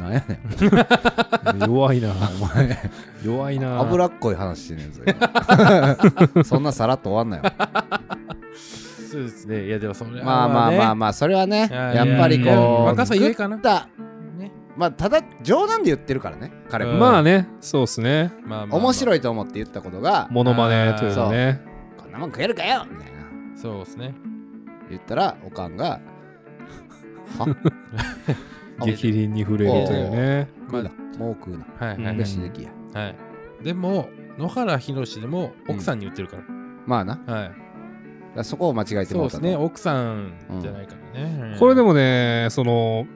Speaker 1: なんやねん
Speaker 2: うん弱いな
Speaker 1: お前
Speaker 2: 弱いな
Speaker 1: 脂っこい話してんねんぞ 今そんなさらっと終わんなよ
Speaker 3: そうですねいやでもそれは
Speaker 1: まあまあまあ
Speaker 3: ね
Speaker 1: まあそれはね
Speaker 3: いや
Speaker 1: やっぱり
Speaker 2: いやい
Speaker 1: こ
Speaker 2: や
Speaker 1: う
Speaker 2: 若
Speaker 3: さゆえかな
Speaker 1: 食った
Speaker 3: ね
Speaker 1: まあただ冗談で言ってるからね彼も、
Speaker 3: うん
Speaker 2: まあねそうっすね
Speaker 3: まあまあ
Speaker 1: 面
Speaker 3: い
Speaker 1: 白いと思って言ったことが
Speaker 2: モノマネというかね
Speaker 1: こんなもん食えるかよみたいな
Speaker 3: そうですね
Speaker 1: 言ったらおかんが「 はそう
Speaker 2: 激鱗に触れるというね
Speaker 1: 食うなもう食うな
Speaker 3: はいはい、
Speaker 2: うん
Speaker 1: 飯できや
Speaker 3: はいでも野原宏でも奥さんに言ってるから、」
Speaker 1: まあなだか
Speaker 3: はい
Speaker 1: らそこを間違えて
Speaker 3: そう
Speaker 1: もらっ
Speaker 3: で
Speaker 1: た
Speaker 3: す
Speaker 1: と
Speaker 3: ね奥さんじゃないからね、
Speaker 2: これで
Speaker 3: も
Speaker 2: もねその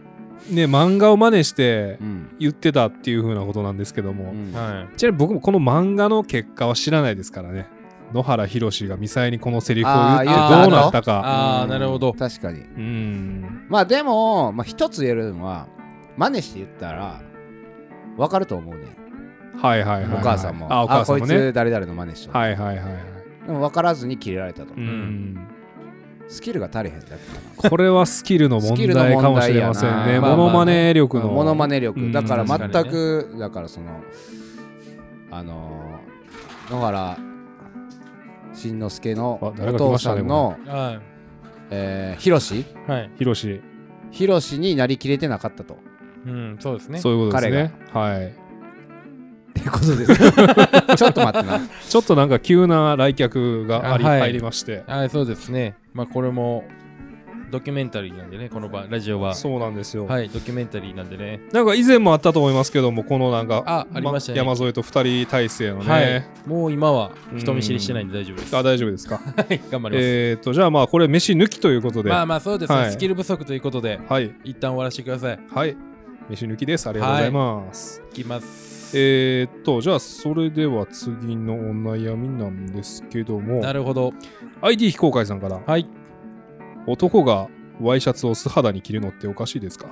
Speaker 2: ね漫画を真似して
Speaker 1: うん
Speaker 2: 言ってたっていうふうなことなんですけども、
Speaker 1: うん
Speaker 3: は
Speaker 2: ちなみに僕もこの漫画の結果は知らないですからね野原宏がミサイにこのセリフを言ってどう
Speaker 3: あー言ったの
Speaker 2: なったか
Speaker 3: あー
Speaker 1: うん
Speaker 3: なるほど
Speaker 1: 確かに
Speaker 2: うん
Speaker 1: まあでも、まあ、一つ言えるのは真似して言ったらわかると思うね
Speaker 2: はいはいはいは
Speaker 1: お
Speaker 2: い、
Speaker 1: 母さんも
Speaker 2: あお母さんも
Speaker 1: あこい
Speaker 2: ね
Speaker 1: つ誰々の真似してる
Speaker 2: はいはいはいはい
Speaker 1: でも分からずに切れられたと、
Speaker 2: うん
Speaker 1: スキルが足りへんだけか
Speaker 2: これはスキルの問題かもしれません
Speaker 1: スキ
Speaker 2: ね
Speaker 1: ルの問題やな
Speaker 2: モノマネ力
Speaker 1: な
Speaker 2: の
Speaker 1: モノマネ力だから
Speaker 3: うん
Speaker 1: 全く、だからそのあのー野原しんのすけの
Speaker 2: あ
Speaker 1: お
Speaker 2: 誰か来
Speaker 1: 父
Speaker 2: ました
Speaker 1: さ
Speaker 2: ね
Speaker 1: んの、
Speaker 3: いは
Speaker 1: えー、ひろし
Speaker 3: い、はい、
Speaker 2: ヒロシ
Speaker 1: ひろしになりきれてなかったとっ
Speaker 3: うんそうですね
Speaker 2: そういうことですねはい
Speaker 1: ていうことです ちょっと待ってな
Speaker 2: ちょっとなんか急な来客があり
Speaker 3: あはい
Speaker 2: 入りまして
Speaker 3: はいそうですねまあこれもドキュメンタリーなんでね、この場、ラジオは。
Speaker 2: そうなんですよ、
Speaker 3: はい、ドキュメンタリーなんでね。
Speaker 2: なんか以前もあったと思いますけどもこのなんか
Speaker 3: あありましたね
Speaker 2: 山添と2人体制のね、
Speaker 3: はい。もう今は人見知りしてないんで大丈夫です。
Speaker 2: あ大丈夫ですか
Speaker 3: はい、頑張ります。
Speaker 2: えっとじゃあまあこれ飯抜きということで、
Speaker 3: まあまあそうですね、
Speaker 2: はい
Speaker 3: スキル不足ということで、
Speaker 2: はい
Speaker 3: 一旦終わらせてください。
Speaker 2: はい飯抜きですありがとうございます、
Speaker 3: いきます。
Speaker 2: えーっとじゃあそれでは次のお悩みなんですけども
Speaker 3: なるほど。
Speaker 2: ID 非公開さんから
Speaker 3: はい。
Speaker 2: 男がワイシャツを素肌に着るのっておかしいですか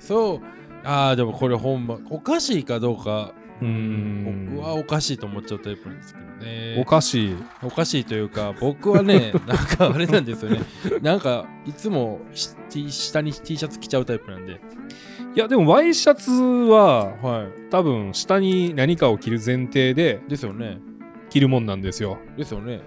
Speaker 3: そう。ああ、でもこれほんま、おかしいかどうか、
Speaker 2: うー
Speaker 3: 僕はおかしいと思っちゃうタイプなんですけどね。
Speaker 2: おかしい
Speaker 3: おかしいというか僕は ねなんかあれなんですよねなんかいつもし T 下に T シャツ着ちゃうタイプなんで
Speaker 2: いやでもワイシャツは
Speaker 3: は
Speaker 2: 多分下に何かを着る前提で
Speaker 3: いですよね
Speaker 2: 着るもんなんですよ
Speaker 3: ですよね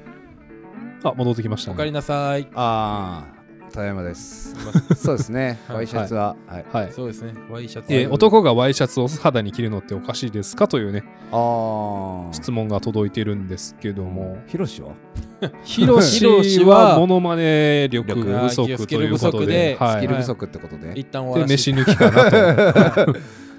Speaker 2: あ戻ってきました
Speaker 3: おかえ
Speaker 2: ね
Speaker 3: りなさい
Speaker 1: ああただいまです
Speaker 3: いま
Speaker 1: そうですね
Speaker 3: はい
Speaker 1: ワイシャツは、はい
Speaker 2: はい
Speaker 3: そうですねワイシャツ
Speaker 2: えー男がワイシャツを素肌に着るのっておかしいですかというね
Speaker 1: ああ
Speaker 2: 質問が届いてるんですけども
Speaker 1: ヒロシは
Speaker 2: ヒロシはモノマネ力不足
Speaker 3: ス
Speaker 2: と
Speaker 3: キ
Speaker 2: い
Speaker 3: ル
Speaker 2: う
Speaker 3: 不
Speaker 2: こと
Speaker 3: 足
Speaker 2: で
Speaker 3: で、
Speaker 2: は
Speaker 1: ス
Speaker 2: い
Speaker 1: キル不足ってことで、
Speaker 3: 一旦終
Speaker 2: で
Speaker 3: わらせ
Speaker 2: 飯
Speaker 3: て
Speaker 2: 抜きかなと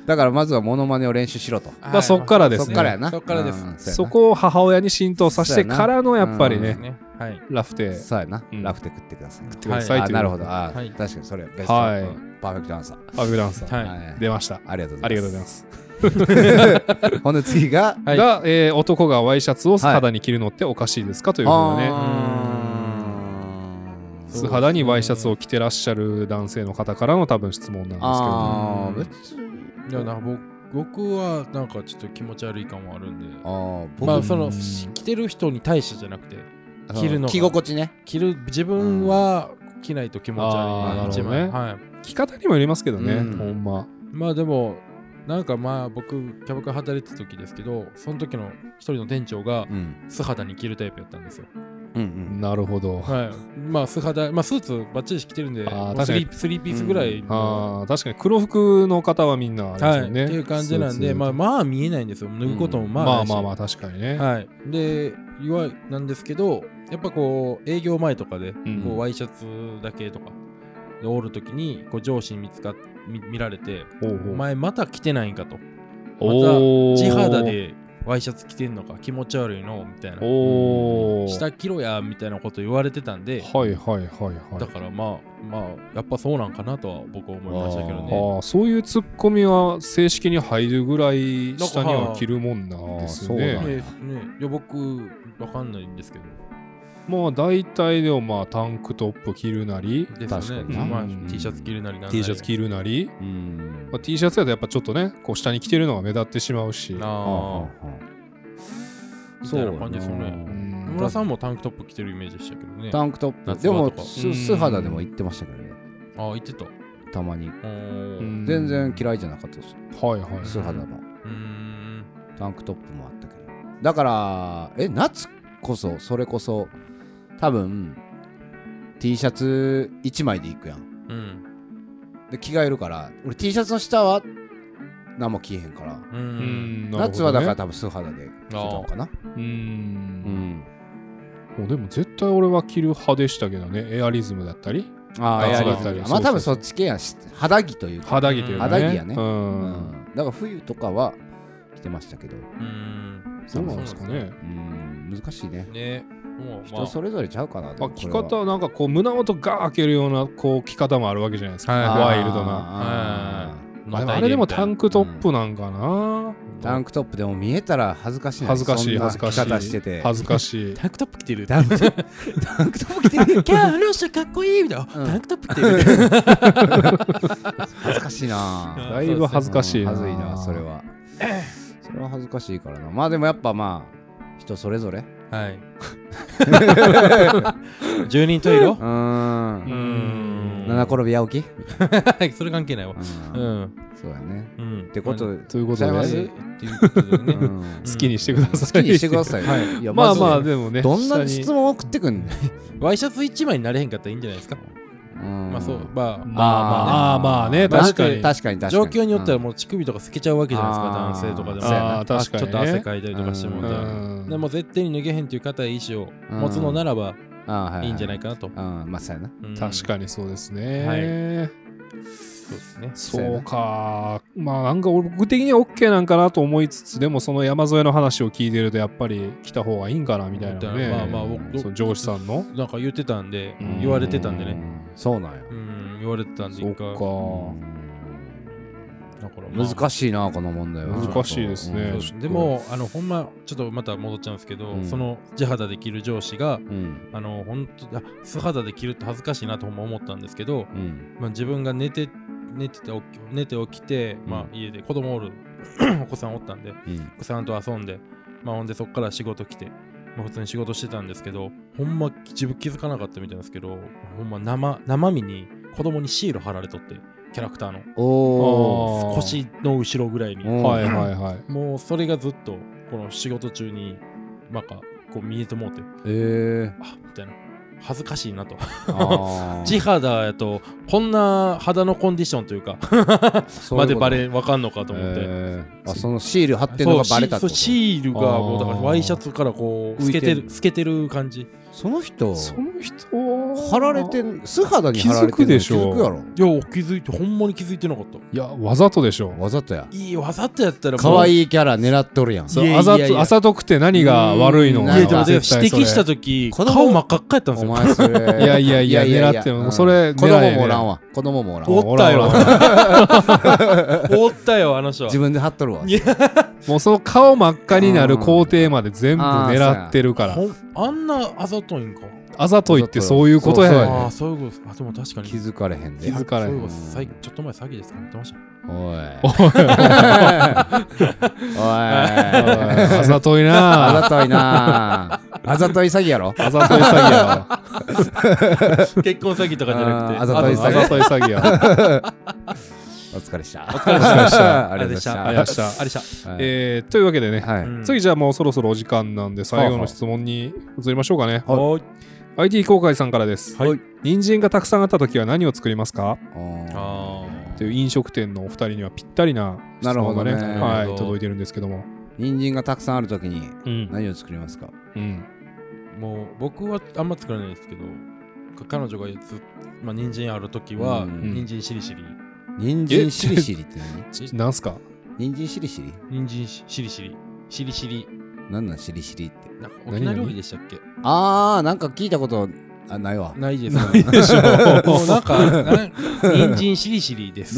Speaker 1: だからまずはモノマネを練習しろと、
Speaker 3: はい
Speaker 2: まあそっからで
Speaker 1: そ
Speaker 2: す
Speaker 1: っ
Speaker 2: ね
Speaker 1: からやな
Speaker 3: そっからです
Speaker 1: うんうやな
Speaker 2: そこを母親に浸透させてからのやっぱり
Speaker 1: そうや
Speaker 2: ね
Speaker 1: な
Speaker 3: ねはい
Speaker 2: ラフテー
Speaker 1: そうやな、
Speaker 2: うん
Speaker 1: ラフテ食ってください
Speaker 2: ください
Speaker 1: あ
Speaker 2: という
Speaker 1: なるほどあー、
Speaker 3: はい
Speaker 1: 確かにそれベスト、
Speaker 2: はい
Speaker 1: うんパーフェクトアンサー、
Speaker 2: アグランサー
Speaker 3: はい
Speaker 1: はい
Speaker 2: 出ました
Speaker 1: ありがとう
Speaker 2: あ
Speaker 1: ござ
Speaker 2: り
Speaker 1: い
Speaker 2: がと
Speaker 1: ま
Speaker 2: うご
Speaker 1: す
Speaker 2: ざいます
Speaker 1: ほんで次が
Speaker 3: はい
Speaker 2: が、えー男がワイシャツを素肌に着るのっておかしいですかというふうなね
Speaker 1: あー
Speaker 3: ー
Speaker 2: 素肌にワイシャツを着てらっしゃる男性の方からの多分質問なんですけどね
Speaker 1: あー別に
Speaker 3: いやな僕僕はなんかちょっと気持ち悪い感もあるんで
Speaker 1: あー僕
Speaker 3: まあ
Speaker 1: そ
Speaker 3: その
Speaker 2: うん
Speaker 3: 着てる人に対してじゃなくて
Speaker 1: の
Speaker 3: 着るのが
Speaker 1: 着心地ね
Speaker 3: 着る自分は着ないと気持ち
Speaker 2: あー
Speaker 3: 悪い一
Speaker 2: なる
Speaker 3: 枚
Speaker 2: ほど
Speaker 3: はい
Speaker 2: 着方にもよりますけどね、
Speaker 1: うん
Speaker 2: ほんま
Speaker 3: まあでもなんかまあ僕キャバクラ働いてた時ですけどその時の一人の店長が
Speaker 1: うん
Speaker 3: 素肌に着るタイプやったんですよ
Speaker 1: うんうん
Speaker 2: なるほど、
Speaker 3: はいまあ素肌まあスーツバッチリ着てるんで
Speaker 2: あー
Speaker 3: もう
Speaker 2: 確か
Speaker 3: ス
Speaker 2: に
Speaker 3: リースリーピースぐらいの、
Speaker 2: あー確かに黒服の方はみんなあれです
Speaker 3: はい
Speaker 2: よね、
Speaker 3: っていう感じなん
Speaker 2: スー
Speaker 3: で
Speaker 2: ツ
Speaker 3: まあまあ見えないんですよ脱ぐこともまあ
Speaker 2: ま
Speaker 3: な
Speaker 2: あ
Speaker 3: いし
Speaker 2: まあまあ確かにね、
Speaker 3: はいでいわなんですけどやっぱこう営業前とかで
Speaker 2: ん
Speaker 3: こうワイシャツだけとかでおる時にこう上司に見つかっ見見られて
Speaker 2: ほう
Speaker 3: お
Speaker 2: ほう
Speaker 3: 前また着てないんかと
Speaker 2: おー
Speaker 3: 地肌でワイシャツ着てんのか気持ち悪いのみたいな
Speaker 2: おお
Speaker 3: 下着ろやみたいなこと言われてたんで、
Speaker 2: はいはいはいはい
Speaker 3: だからまあまあやっぱそうなんかなとは僕は思いましたけどね
Speaker 2: ああそういうツッコミは正式に入るぐらい下には着るもんなんですよ
Speaker 1: なんかはああそう
Speaker 3: ね
Speaker 2: ね。
Speaker 3: ねいや僕わかんないんですけど
Speaker 2: まあ大体でもまあタンクトップ着るなり
Speaker 3: ですよ
Speaker 1: 確
Speaker 2: かに
Speaker 3: ね、
Speaker 2: な
Speaker 3: まあ
Speaker 2: うん
Speaker 3: T シャツ着るなりなんなり
Speaker 2: T シャツ着るなり、
Speaker 1: うん
Speaker 2: まあ、T シャツやとやっぱちょっとねこう下に着てるのが目立ってしまうし。
Speaker 3: ああみたいな感じですよ
Speaker 1: そう
Speaker 3: ね
Speaker 1: だな
Speaker 2: う
Speaker 1: ん
Speaker 3: 野
Speaker 2: ん
Speaker 3: 村さんもタンクトップ着てるイメージでしたけどねあ
Speaker 1: タンクトップ
Speaker 3: 夏
Speaker 1: で
Speaker 3: 場
Speaker 1: も
Speaker 3: とか
Speaker 1: 素素肌でも行ってましたけどね
Speaker 3: あ言ってたう
Speaker 1: たまに
Speaker 3: ー
Speaker 2: うんん
Speaker 1: 全然嫌いじゃなかったです
Speaker 2: はいはい。
Speaker 1: 素肌も
Speaker 3: うーん
Speaker 1: タンクトップもあったけどだからえ夏こそそれこそ多分 T シャツ1枚で行くやん
Speaker 3: うん
Speaker 1: で着替えるから俺 T シャツの下は何も着えへんから
Speaker 3: う
Speaker 2: うんん、
Speaker 1: 夏はだから
Speaker 2: ら。
Speaker 1: 多分素肌で着てたのかな
Speaker 2: う。
Speaker 1: うんん
Speaker 2: もうでも絶対俺は着る派でしたけどねエアリズムだったり
Speaker 1: ああ
Speaker 3: 夏
Speaker 1: エアリ
Speaker 3: だった
Speaker 1: ズ
Speaker 2: り
Speaker 1: ム
Speaker 2: そうそうそう
Speaker 1: まあ多分そっち系やんし肌着というか
Speaker 2: 肌着というかね。
Speaker 1: 肌着やね
Speaker 2: う。
Speaker 1: うんんだから冬とかは着てましたけど
Speaker 3: うーん
Speaker 2: そうなんですかね。
Speaker 1: うん難しいね
Speaker 3: ねもうま
Speaker 1: 人それぞれちゃうかなで
Speaker 2: まあ、
Speaker 1: も
Speaker 2: 着
Speaker 1: これは
Speaker 2: 方はなんかこう胸元が開けるようなこう着方もあるわけじゃないですか、
Speaker 3: はい
Speaker 2: ワイルドな
Speaker 1: あー
Speaker 2: あでもあれでもタンクトップ
Speaker 3: の
Speaker 2: なんかな、
Speaker 1: タンクトップでも見えたら恥ずかしいな
Speaker 2: 恥ずかしい
Speaker 1: そんな
Speaker 2: 恥ずかしい
Speaker 1: 着方してて
Speaker 2: 恥ずか しい
Speaker 3: タンクトップ着てる
Speaker 1: タン クトタンクトップ着てる
Speaker 3: キャー、ロシャかっこいいみたいな。
Speaker 1: うん
Speaker 3: タンクトップ着てるみたいな。
Speaker 1: 恥ずかしいな
Speaker 2: だいぶ恥ずかしいな
Speaker 1: 恥ずいなそれはそれは恥ずかしいからなまあでもやっぱまあ人それぞれう
Speaker 3: はい。10人トイレ
Speaker 1: ー
Speaker 2: うんん
Speaker 1: 七転び八起き
Speaker 3: はい、 それ関係ないわ
Speaker 1: う。
Speaker 3: うんん。
Speaker 1: そうだね
Speaker 3: うん。
Speaker 1: ってこと
Speaker 2: ということ
Speaker 1: ちゃい
Speaker 2: で、
Speaker 1: ます
Speaker 3: えっていうことで
Speaker 1: う
Speaker 3: ね。
Speaker 1: ん
Speaker 2: 好きにしてください
Speaker 1: 好きにしてくださいよいや
Speaker 2: まあまあ
Speaker 1: ず
Speaker 2: でもね
Speaker 1: どん
Speaker 2: 下
Speaker 1: な
Speaker 2: に
Speaker 1: 質問を送ってくんね
Speaker 3: ワイシャツ1枚になれへんかったらいいんじゃないですか。
Speaker 1: ん
Speaker 3: まあそう。まあ、
Speaker 2: まあまあまあね
Speaker 1: まあ
Speaker 2: 確かに
Speaker 1: 確かに確か
Speaker 3: 状
Speaker 1: に
Speaker 3: 況によっては
Speaker 1: うん
Speaker 3: もう乳首とか透けちゃうわけじゃないですか、
Speaker 1: あー
Speaker 3: 男性とかでも。
Speaker 1: そうやな
Speaker 2: あー確かにね
Speaker 3: ちょっと汗かいたりとかしても
Speaker 1: う
Speaker 3: みたいな。
Speaker 2: うん
Speaker 3: でも絶対に脱げへんという固い意志を
Speaker 1: うん
Speaker 3: 持つのならば、
Speaker 1: ああはい
Speaker 3: いんじゃないいかなと。
Speaker 1: ああまあそうやな
Speaker 2: 確
Speaker 3: に。
Speaker 2: かにそうですね、
Speaker 3: はいそうですね。
Speaker 2: そうかまあなんか俺僕的には OK なんかなと思いつつでもその山添の話を聞いてるとやっぱり来た方がいいんかなみたいなね
Speaker 3: まあまあ僕
Speaker 2: その上司さんの
Speaker 3: なんか言ってたんで
Speaker 2: う、ん
Speaker 3: 言われてたんでね。
Speaker 1: ねそうなんや
Speaker 3: うん、言われてたんで、
Speaker 2: そ
Speaker 3: 一
Speaker 2: っ
Speaker 3: 回。だ
Speaker 2: か
Speaker 3: からまあ
Speaker 1: 難しいなこの問題は
Speaker 2: 難しいですね
Speaker 1: うん
Speaker 2: ちょっと
Speaker 3: でも、あの、ほんま、ちょっとまた戻っちゃうんですけど、
Speaker 1: うん
Speaker 3: その地肌で着る上司が、
Speaker 1: うん
Speaker 3: あの、本当あ素肌で着ると恥ずかしいなとほんま思ったんですけど、
Speaker 1: うん
Speaker 3: まあ、自分が寝て、寝てて起き、寝て起きて、まあ
Speaker 1: う、ん
Speaker 3: 家で子供おる、 お子さんおったんで、
Speaker 1: うん
Speaker 3: お子さんと遊んで、まあ、ほんでそっから仕事来て、まあ、普通に仕事してたんですけど、ほんま自分気づかなかったみたいなんですけど、ほんま生、生身に子供にシール貼られとって、キャラクターの。
Speaker 1: おお
Speaker 2: あー
Speaker 3: 腰の後ろぐらいに。
Speaker 1: うん
Speaker 2: はいはいはい
Speaker 3: もうそれがずっとこの仕事中になんかこう見えてもうて
Speaker 1: ええ
Speaker 3: あみたいな恥ずかしいなと
Speaker 1: あー
Speaker 3: 地肌やとこんな肌のコンディションというか
Speaker 1: そうい
Speaker 3: ま
Speaker 1: うこと
Speaker 3: でバレわかんのかと思って、
Speaker 1: えーあそのシール貼ってるのがバレたって
Speaker 3: そ
Speaker 1: こと
Speaker 3: うシそうシールがもうだから
Speaker 2: あー
Speaker 3: ワイシャツからこう
Speaker 1: 浮
Speaker 3: 透
Speaker 1: いて
Speaker 3: け
Speaker 1: る
Speaker 3: てる透けてる感じ
Speaker 1: その人
Speaker 2: その人は
Speaker 1: 貼られてん素肌に貼られてんの
Speaker 2: 気づくでしょ
Speaker 1: 気づくやろ
Speaker 3: いや気づいてほんまに気づいてなかった
Speaker 2: いやわざとでしょ
Speaker 1: わざとや
Speaker 3: いいわざとやったら
Speaker 1: 可
Speaker 3: い
Speaker 1: 愛いキャラ狙っとるやん
Speaker 2: そ
Speaker 3: い
Speaker 2: う
Speaker 3: やいや
Speaker 2: あざ
Speaker 3: いやい
Speaker 2: と
Speaker 3: や
Speaker 2: あざとくて何が悪いの
Speaker 1: うん
Speaker 2: か
Speaker 1: いやでも
Speaker 3: 指
Speaker 2: 絶対それ
Speaker 3: 摘した時
Speaker 1: 子供
Speaker 3: 顔真っ赤っかやったんです
Speaker 1: お
Speaker 3: よ
Speaker 1: 前それ
Speaker 2: いやいやいや狙っても
Speaker 1: うん
Speaker 2: それ
Speaker 1: 子
Speaker 2: 狙
Speaker 1: 供
Speaker 2: えね
Speaker 1: もおらんわ子供もおらんわ
Speaker 3: おったよ
Speaker 2: おらんおらん
Speaker 3: おったよあの人は
Speaker 1: 自分で貼っとるわ
Speaker 3: いや
Speaker 2: もうその顔真っ赤になる工程まで全部狙ってるから
Speaker 3: ほんあんなあざといんか
Speaker 2: あざといってそういうことや
Speaker 1: そう
Speaker 2: ね
Speaker 1: そう
Speaker 2: あ
Speaker 3: ああそういうことですあでも確かに
Speaker 1: 気づかれへん
Speaker 2: 気
Speaker 1: で
Speaker 2: づかれへん
Speaker 3: そういえばさいちょっと前詐欺ですか言ってましたね
Speaker 1: おいおい
Speaker 2: ーあざとい
Speaker 1: あ
Speaker 2: な
Speaker 1: ざといな あざとい詐欺やろ
Speaker 2: あざとい詐欺やわ
Speaker 3: 結婚詐欺とかじゃなくて
Speaker 1: あーあざとい詐欺
Speaker 2: あざとい詐欺やわ
Speaker 1: お疲れっしたお
Speaker 3: 疲れっ
Speaker 1: した
Speaker 3: あ
Speaker 1: あ
Speaker 3: れ
Speaker 1: り
Speaker 3: で
Speaker 1: が
Speaker 3: し
Speaker 1: とう
Speaker 3: た
Speaker 1: ござ
Speaker 3: あ
Speaker 1: い
Speaker 3: れで
Speaker 1: ま
Speaker 2: が
Speaker 1: し
Speaker 2: と
Speaker 3: し
Speaker 2: う
Speaker 1: はい
Speaker 3: たあれでした
Speaker 2: ございま えーというわけでね
Speaker 1: はい
Speaker 3: うん
Speaker 2: 次じゃあもうそろそろお時間なんで最後の質問に移りましょうかね
Speaker 1: はい
Speaker 3: おー
Speaker 2: IT 公開さんからです
Speaker 3: はい
Speaker 2: 人参がたくさんあった時は何を作ります
Speaker 1: あ
Speaker 2: か
Speaker 1: ー
Speaker 2: という飲食店のお二人にはぴったりな質問がね
Speaker 1: なるほどね
Speaker 2: は
Speaker 3: なるほ
Speaker 2: い
Speaker 3: ど
Speaker 2: 届いてるんですけども
Speaker 1: 人参がたくさんあるときに
Speaker 2: うん
Speaker 1: 何を作りますか
Speaker 2: うん
Speaker 3: もう僕はあんま作らないですけどか彼女がつまあ人参ある時は
Speaker 1: うん
Speaker 3: 人参しりしり
Speaker 1: 人参しりしりって何
Speaker 2: なんすか
Speaker 1: 人参しりしり
Speaker 3: 人参ししりしりしりしり
Speaker 1: なんなんしりしりって
Speaker 3: なんか
Speaker 2: 何
Speaker 3: 沖縄料理でしたっけ
Speaker 1: あーなんか聞いたことあないわ
Speaker 3: ないですないでしょもうなんかな人参しりしりです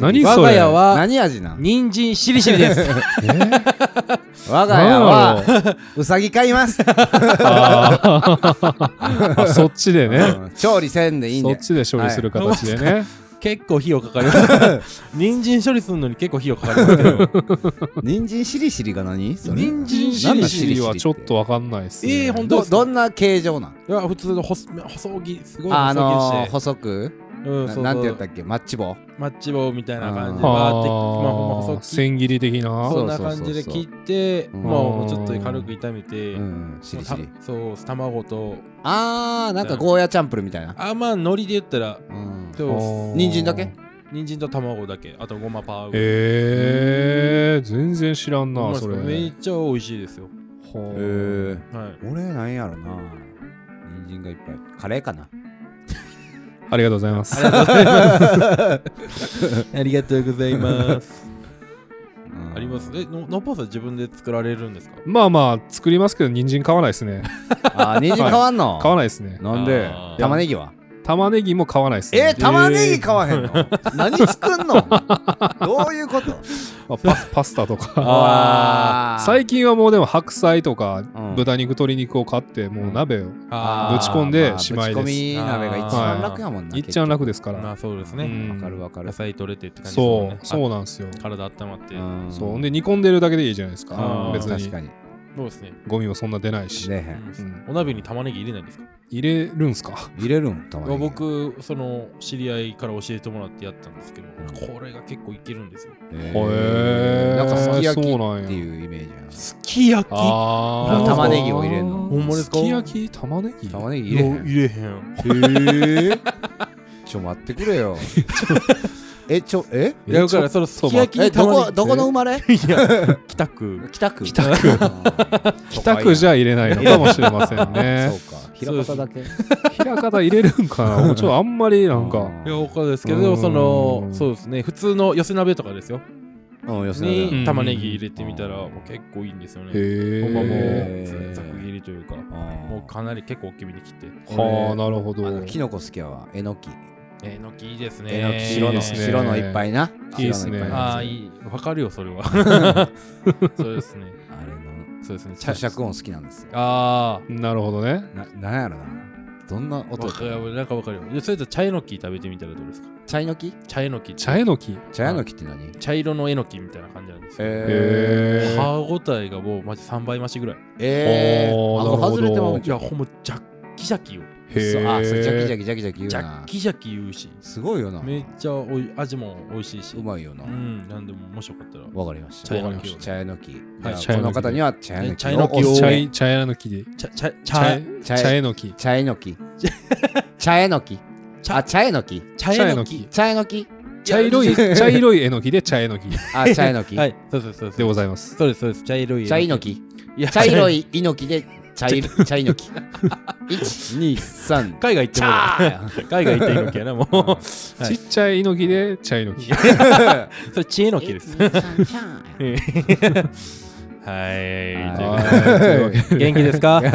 Speaker 2: 何
Speaker 3: 我
Speaker 2: そ
Speaker 3: が
Speaker 2: れ
Speaker 3: 家は
Speaker 1: 何味なん
Speaker 3: 人参しりしりです
Speaker 2: えー
Speaker 1: 我が家
Speaker 2: なん
Speaker 1: は
Speaker 2: やろ
Speaker 1: うさぎ買います
Speaker 2: あーあそっちでね
Speaker 1: うん調理せんでいい
Speaker 2: そっ
Speaker 1: ね
Speaker 2: ちで処理する形でね
Speaker 3: 結構費用かかる人参処理するのに結構費用かかるんです けど
Speaker 1: 人参しりしりが何それ
Speaker 3: 人参し
Speaker 2: シ
Speaker 3: り
Speaker 2: リ
Speaker 3: し
Speaker 2: シ
Speaker 3: り
Speaker 2: リはちょっとわかんないっすね。
Speaker 3: えーほんと
Speaker 1: どどんな形状なん
Speaker 3: いや普通の細細切りすごい
Speaker 1: あ
Speaker 3: 細切
Speaker 1: の
Speaker 3: り
Speaker 1: ー
Speaker 3: して、
Speaker 1: 細く
Speaker 3: うん、
Speaker 1: な
Speaker 3: そうそう
Speaker 1: なんてやったっけマッチ棒
Speaker 3: マッチ棒みたいな感
Speaker 1: あ
Speaker 3: じで
Speaker 1: ー
Speaker 3: バーって
Speaker 2: あ
Speaker 3: まあほんま細切
Speaker 2: ー
Speaker 3: り
Speaker 2: 千切り的な
Speaker 1: そう
Speaker 3: そんな感じで切って
Speaker 1: うん
Speaker 3: もうちょっと軽く炒めて、
Speaker 1: うんしりしり
Speaker 3: たそう卵と
Speaker 1: あーなんかゴーヤチャンプルみたいな
Speaker 3: あまあ海苔で言ったら
Speaker 1: うん
Speaker 3: そう
Speaker 1: 人参だけ
Speaker 3: 人参と卵だけあとごまパウダー
Speaker 2: えー、全然知ら
Speaker 3: ほ
Speaker 2: ん
Speaker 3: んま
Speaker 2: な
Speaker 3: です
Speaker 2: それ。
Speaker 3: めっちゃ美味しいですよ
Speaker 2: ほ
Speaker 1: へ
Speaker 2: ー
Speaker 1: ー
Speaker 3: はい
Speaker 1: 俺なんやろな人参がいっぱいカレーかな
Speaker 2: ありがとうございます。
Speaker 3: ありがとうございます
Speaker 1: うん
Speaker 3: ありますえのノッポーさん自分で作られるんですか
Speaker 2: まあまあ作りますけど人参買わないですね。
Speaker 1: あー人参買わんの
Speaker 2: 買わないですね。
Speaker 1: なんで
Speaker 3: あー
Speaker 1: 玉ねぎは
Speaker 2: 玉ねぎも買わないです
Speaker 1: え
Speaker 2: ね。
Speaker 1: ー玉ねぎ買わへんの何作んのどういうこと
Speaker 2: まあパス パスタとか。
Speaker 1: あー
Speaker 2: 最近はもうでも白菜とか
Speaker 1: うん
Speaker 2: 豚肉鶏肉を買ってもう鍋を
Speaker 3: あー
Speaker 2: ぶち込んでしまいです
Speaker 1: ぶち込み鍋が一番楽やもんな。
Speaker 2: いっちゃん楽ですか
Speaker 3: ま
Speaker 2: ら。
Speaker 3: あそうですね、
Speaker 2: う
Speaker 1: わ
Speaker 2: ん
Speaker 1: かるわかる
Speaker 3: 野。菜取れてって感じですもん
Speaker 2: そ
Speaker 3: ね
Speaker 2: うそうなんですよ。
Speaker 3: あ体温まって
Speaker 1: うん
Speaker 2: そうほんで煮込んでるだけでいいじゃないです
Speaker 1: う
Speaker 2: か
Speaker 1: ん。
Speaker 3: あー
Speaker 2: 別
Speaker 1: 確
Speaker 2: に
Speaker 1: かに。ね
Speaker 3: そうですね、
Speaker 2: ゴミもそんな出ないし。
Speaker 1: え
Speaker 2: うん
Speaker 3: お鍋に玉ねぎ入れないんですか
Speaker 2: 入れるんすか
Speaker 1: 入れるん玉ねぎ。
Speaker 3: 僕その知り合いから教えてもらってやったんですけど、これが結構いけるんですよ
Speaker 1: へ
Speaker 2: へー
Speaker 1: なんかすき焼き
Speaker 2: そうなんや
Speaker 1: っていうイメージやな。
Speaker 3: すき焼き
Speaker 2: あ
Speaker 1: あ
Speaker 2: あ
Speaker 1: ー玉ねぎを入れんの
Speaker 3: ほんまですか
Speaker 2: すき焼き玉ねぎ
Speaker 1: 玉ねぎ入れへ。
Speaker 3: もうん入れへん
Speaker 1: へえ。 ちょ待ってくれ よ。えちょえ
Speaker 3: いやだからそのすき焼き
Speaker 1: え
Speaker 3: に
Speaker 1: ど
Speaker 3: 玉ねぎ
Speaker 1: こどこの生まれ？
Speaker 3: いや北区
Speaker 1: 北区。
Speaker 2: 北区じ
Speaker 1: ゃ。
Speaker 2: ゃ入れないのかもしれませんね
Speaker 1: そうか。平方だけ
Speaker 2: 平方入れるんかなちょっとあんまりなんか
Speaker 3: いや、おかですけど、でもその
Speaker 2: う、ん
Speaker 3: そうですね、普通の寄せ鍋とかですよ。
Speaker 1: うん吉野
Speaker 2: うん
Speaker 3: に玉ねぎ入れてみたら、もう結構いいんですよね。ほんまも
Speaker 2: へえ
Speaker 3: う、ざく切りというか、
Speaker 1: 田
Speaker 3: もうかなり結構大きめに切って。
Speaker 2: はあなるほど
Speaker 1: あのキノコ好きやわえのき
Speaker 3: えのきいいですね。
Speaker 1: えのき白
Speaker 2: いい
Speaker 1: の
Speaker 2: ですね
Speaker 1: 白のいっぱいない
Speaker 2: いですね
Speaker 1: 白のっぱい
Speaker 3: あ
Speaker 1: な
Speaker 3: あ、
Speaker 1: や
Speaker 3: いい。わかるよ、それ は。そうですね。
Speaker 1: つあれの
Speaker 3: そうですね。
Speaker 1: 咀嚼音好きなんですよ
Speaker 3: あ
Speaker 2: なるほどね
Speaker 1: ななんやろなどんな
Speaker 3: あ、
Speaker 1: 音
Speaker 3: わかるなんかわかるよで。それと茶えのき食べてみたらどうですか
Speaker 1: 茶いのき
Speaker 3: 茶えのき。
Speaker 2: 茶えのきへ
Speaker 1: 茶いのきって何
Speaker 3: 茶色のえのきみたいな感じなんですよ。
Speaker 1: え
Speaker 2: え
Speaker 3: 歯応えがもう、まじ3倍増しぐらい。
Speaker 1: えー、
Speaker 2: お
Speaker 1: あ
Speaker 2: ー
Speaker 1: の
Speaker 2: なるほど
Speaker 1: 外れても
Speaker 3: いや、ほんま、ジャッキジャキよ。
Speaker 1: そうあそうジャキジャキ
Speaker 2: キ
Speaker 1: ジャキジャキ言う
Speaker 3: ジャ
Speaker 1: な
Speaker 3: ッキジャキ言うし。
Speaker 1: すごいよな
Speaker 3: めっちゃおい味も美味しいし。
Speaker 1: うまいよな
Speaker 3: うん、なんでももしよかったら。
Speaker 1: わかりました
Speaker 3: 茶いのきを
Speaker 1: 茶えのき
Speaker 3: はい
Speaker 1: じゃあこの方には茶えのき
Speaker 3: 茶いのきを
Speaker 2: 茶い茶えのきで
Speaker 3: 茶、茶、
Speaker 2: 茶
Speaker 3: 茶
Speaker 2: え、
Speaker 1: 茶
Speaker 2: 茶
Speaker 1: え
Speaker 2: えのき
Speaker 1: 茶えのき茶えのき
Speaker 3: 茶
Speaker 1: あ茶えのき
Speaker 3: 茶え
Speaker 2: 茶え
Speaker 3: の
Speaker 2: の
Speaker 3: き
Speaker 2: き。
Speaker 1: 茶えのき
Speaker 2: 茶色い茶色いえのきで茶えのき
Speaker 1: あ茶えのき
Speaker 3: はい、そうそうそう。
Speaker 2: で
Speaker 3: そう
Speaker 2: ござ います
Speaker 3: そうです、そうです。茶色い。
Speaker 1: 茶いの。き
Speaker 3: いや、
Speaker 1: 茶色
Speaker 3: い。
Speaker 1: い猪木で茶い茶猪木。一二三。
Speaker 3: 海外行ってもらう海外行っていいのきやな、もう。は
Speaker 2: ち
Speaker 3: い
Speaker 2: っちゃいえのきで茶えの
Speaker 3: そ
Speaker 2: き
Speaker 3: れ、知恵の木です。はい。
Speaker 1: す。
Speaker 3: ということ
Speaker 2: はい
Speaker 3: で元気ですかはい。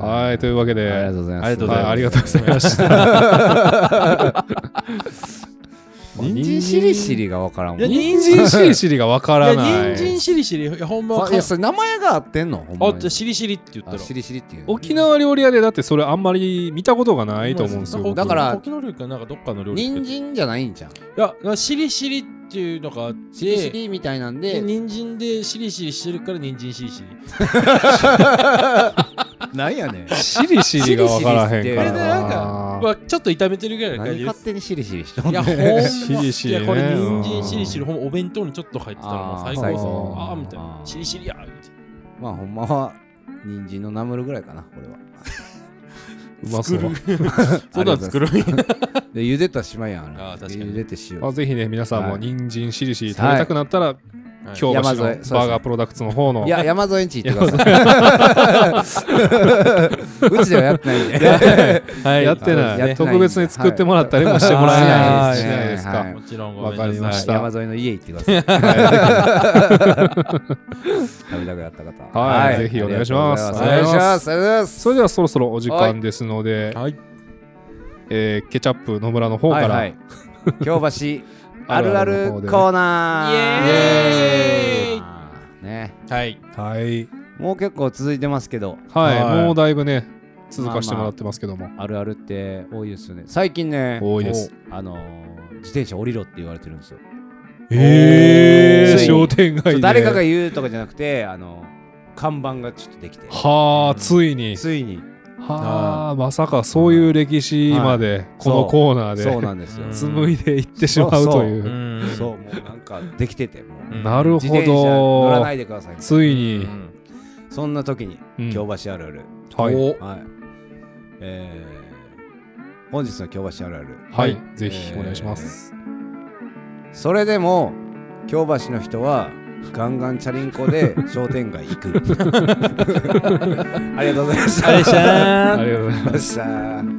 Speaker 2: はいというわけ
Speaker 1: ありが
Speaker 2: で
Speaker 1: とうございます。
Speaker 3: ありがとうございます
Speaker 2: はいありがとうございました
Speaker 1: 人参しりしりがわから んもん。
Speaker 3: いや
Speaker 2: 人参しりしりがわか
Speaker 3: い
Speaker 2: ら
Speaker 3: や、
Speaker 2: な
Speaker 3: 人
Speaker 2: い
Speaker 3: 参しりしり、いやほんまは
Speaker 1: あい
Speaker 3: か。
Speaker 1: やそれ名前が合ってんの？ほんま
Speaker 3: あ
Speaker 1: に、
Speaker 3: じゃあしりしりって言った
Speaker 1: あ
Speaker 3: ら。
Speaker 1: しりしりっていう。
Speaker 2: 沖縄料理屋でだってそれあんまり見たことがないと思うんですよ。
Speaker 1: だから
Speaker 3: 沖縄料理かなんかどっかの料理。
Speaker 1: 人参じゃないんじゃん。
Speaker 3: いや、だからしりしりっていうのがあって、
Speaker 1: しりしりみたいなん
Speaker 3: で
Speaker 1: で。
Speaker 3: 人参でしりしりしてるから人参しりしり。
Speaker 1: なんやねん。
Speaker 2: しりしりがわからへんから
Speaker 1: しりしりって
Speaker 3: なんかま
Speaker 2: な。
Speaker 3: あ、ちょっと炒めてるぐらいの感
Speaker 1: 何
Speaker 3: じで
Speaker 1: 勝
Speaker 3: す。
Speaker 1: 手にしりしりして
Speaker 3: いや、ほんま。
Speaker 2: しりし
Speaker 3: い
Speaker 2: り
Speaker 3: や、
Speaker 2: ね
Speaker 3: これ人参しりしり、ほんまお弁当にちょっと入ってたらもう最高ですね
Speaker 1: あ。ー
Speaker 3: ああー、みたいな
Speaker 1: あ。ー
Speaker 3: しりしりやーみたいな
Speaker 1: まあほんまは人参のナムルぐらいかなこれは。
Speaker 2: うまそう。
Speaker 3: そんなん作るんや。
Speaker 1: で茹でた島やんあれ。
Speaker 3: あー確かに
Speaker 1: 茹でて塩
Speaker 2: まあ。ぜひね、皆さん
Speaker 1: は
Speaker 2: も
Speaker 1: い
Speaker 2: 人参しりしり食べたくなったら、
Speaker 3: はい
Speaker 2: 京橋の
Speaker 1: 山
Speaker 2: バ
Speaker 1: 添そうですね
Speaker 2: ーガープロダクツの方の
Speaker 1: い。や、山添んち行ってください。 うちではやってない んで。
Speaker 3: は
Speaker 2: やって
Speaker 1: やってない
Speaker 2: なん
Speaker 1: だ
Speaker 2: い。特別に作ってもらったりもしてもらえないしないです
Speaker 1: はい
Speaker 3: も
Speaker 2: か。
Speaker 3: ちろんご
Speaker 2: わ
Speaker 3: めん
Speaker 2: かり
Speaker 3: な
Speaker 2: ま
Speaker 3: さ
Speaker 1: は
Speaker 3: い
Speaker 2: し。
Speaker 1: い
Speaker 2: た
Speaker 1: 山添の家行ってください。食べたくなった方。
Speaker 2: はいぜひお願いします
Speaker 1: お願いします。お願いします。
Speaker 2: それではそろそろお時間ですので、
Speaker 3: はい。
Speaker 2: えーケチャップ野村の方か
Speaker 1: は
Speaker 2: ら
Speaker 1: い。はい京 橋あるあるコーナー。
Speaker 3: イエーイ
Speaker 1: イね。
Speaker 3: はい。
Speaker 2: はい。
Speaker 1: もう結構続いてますけど、
Speaker 2: は。
Speaker 3: はいい
Speaker 2: もうだいぶね、続かしてもらってますけども。
Speaker 1: あるあるって多いですよね。最近ね、
Speaker 2: 多いです。
Speaker 1: あのー自転車降りろって言われてるんですよ。
Speaker 2: え
Speaker 1: つ
Speaker 2: ー、
Speaker 1: いに
Speaker 2: 商店街で。
Speaker 1: 誰かが言うとかじゃなくてあの看板がちょっとできて
Speaker 2: はあ、ついに。
Speaker 1: ついに
Speaker 2: はあ、まさかそういう歴史まで、このコーナー
Speaker 1: そう
Speaker 2: で
Speaker 1: なんですよ、
Speaker 3: うん
Speaker 2: 紡いでいってしまうというう。
Speaker 3: ん
Speaker 1: そうもうなんかできててもう
Speaker 3: うん
Speaker 2: なる
Speaker 1: 自
Speaker 2: ほ
Speaker 1: 転車乗ら
Speaker 2: ど
Speaker 1: な。いでください
Speaker 2: ついうに。
Speaker 3: ん
Speaker 1: そんな時に
Speaker 2: うん
Speaker 1: 京橋あるある、
Speaker 2: はい。
Speaker 3: お
Speaker 1: はいえー、本日の京橋あるある
Speaker 2: はい
Speaker 1: え。ー
Speaker 2: ぜひお願いします。
Speaker 1: それでも京橋の人はガンガンチャリンコで商店街 行くありがとうございました
Speaker 3: あれじゃーん
Speaker 2: ありがとうございます
Speaker 1: ありがとうございました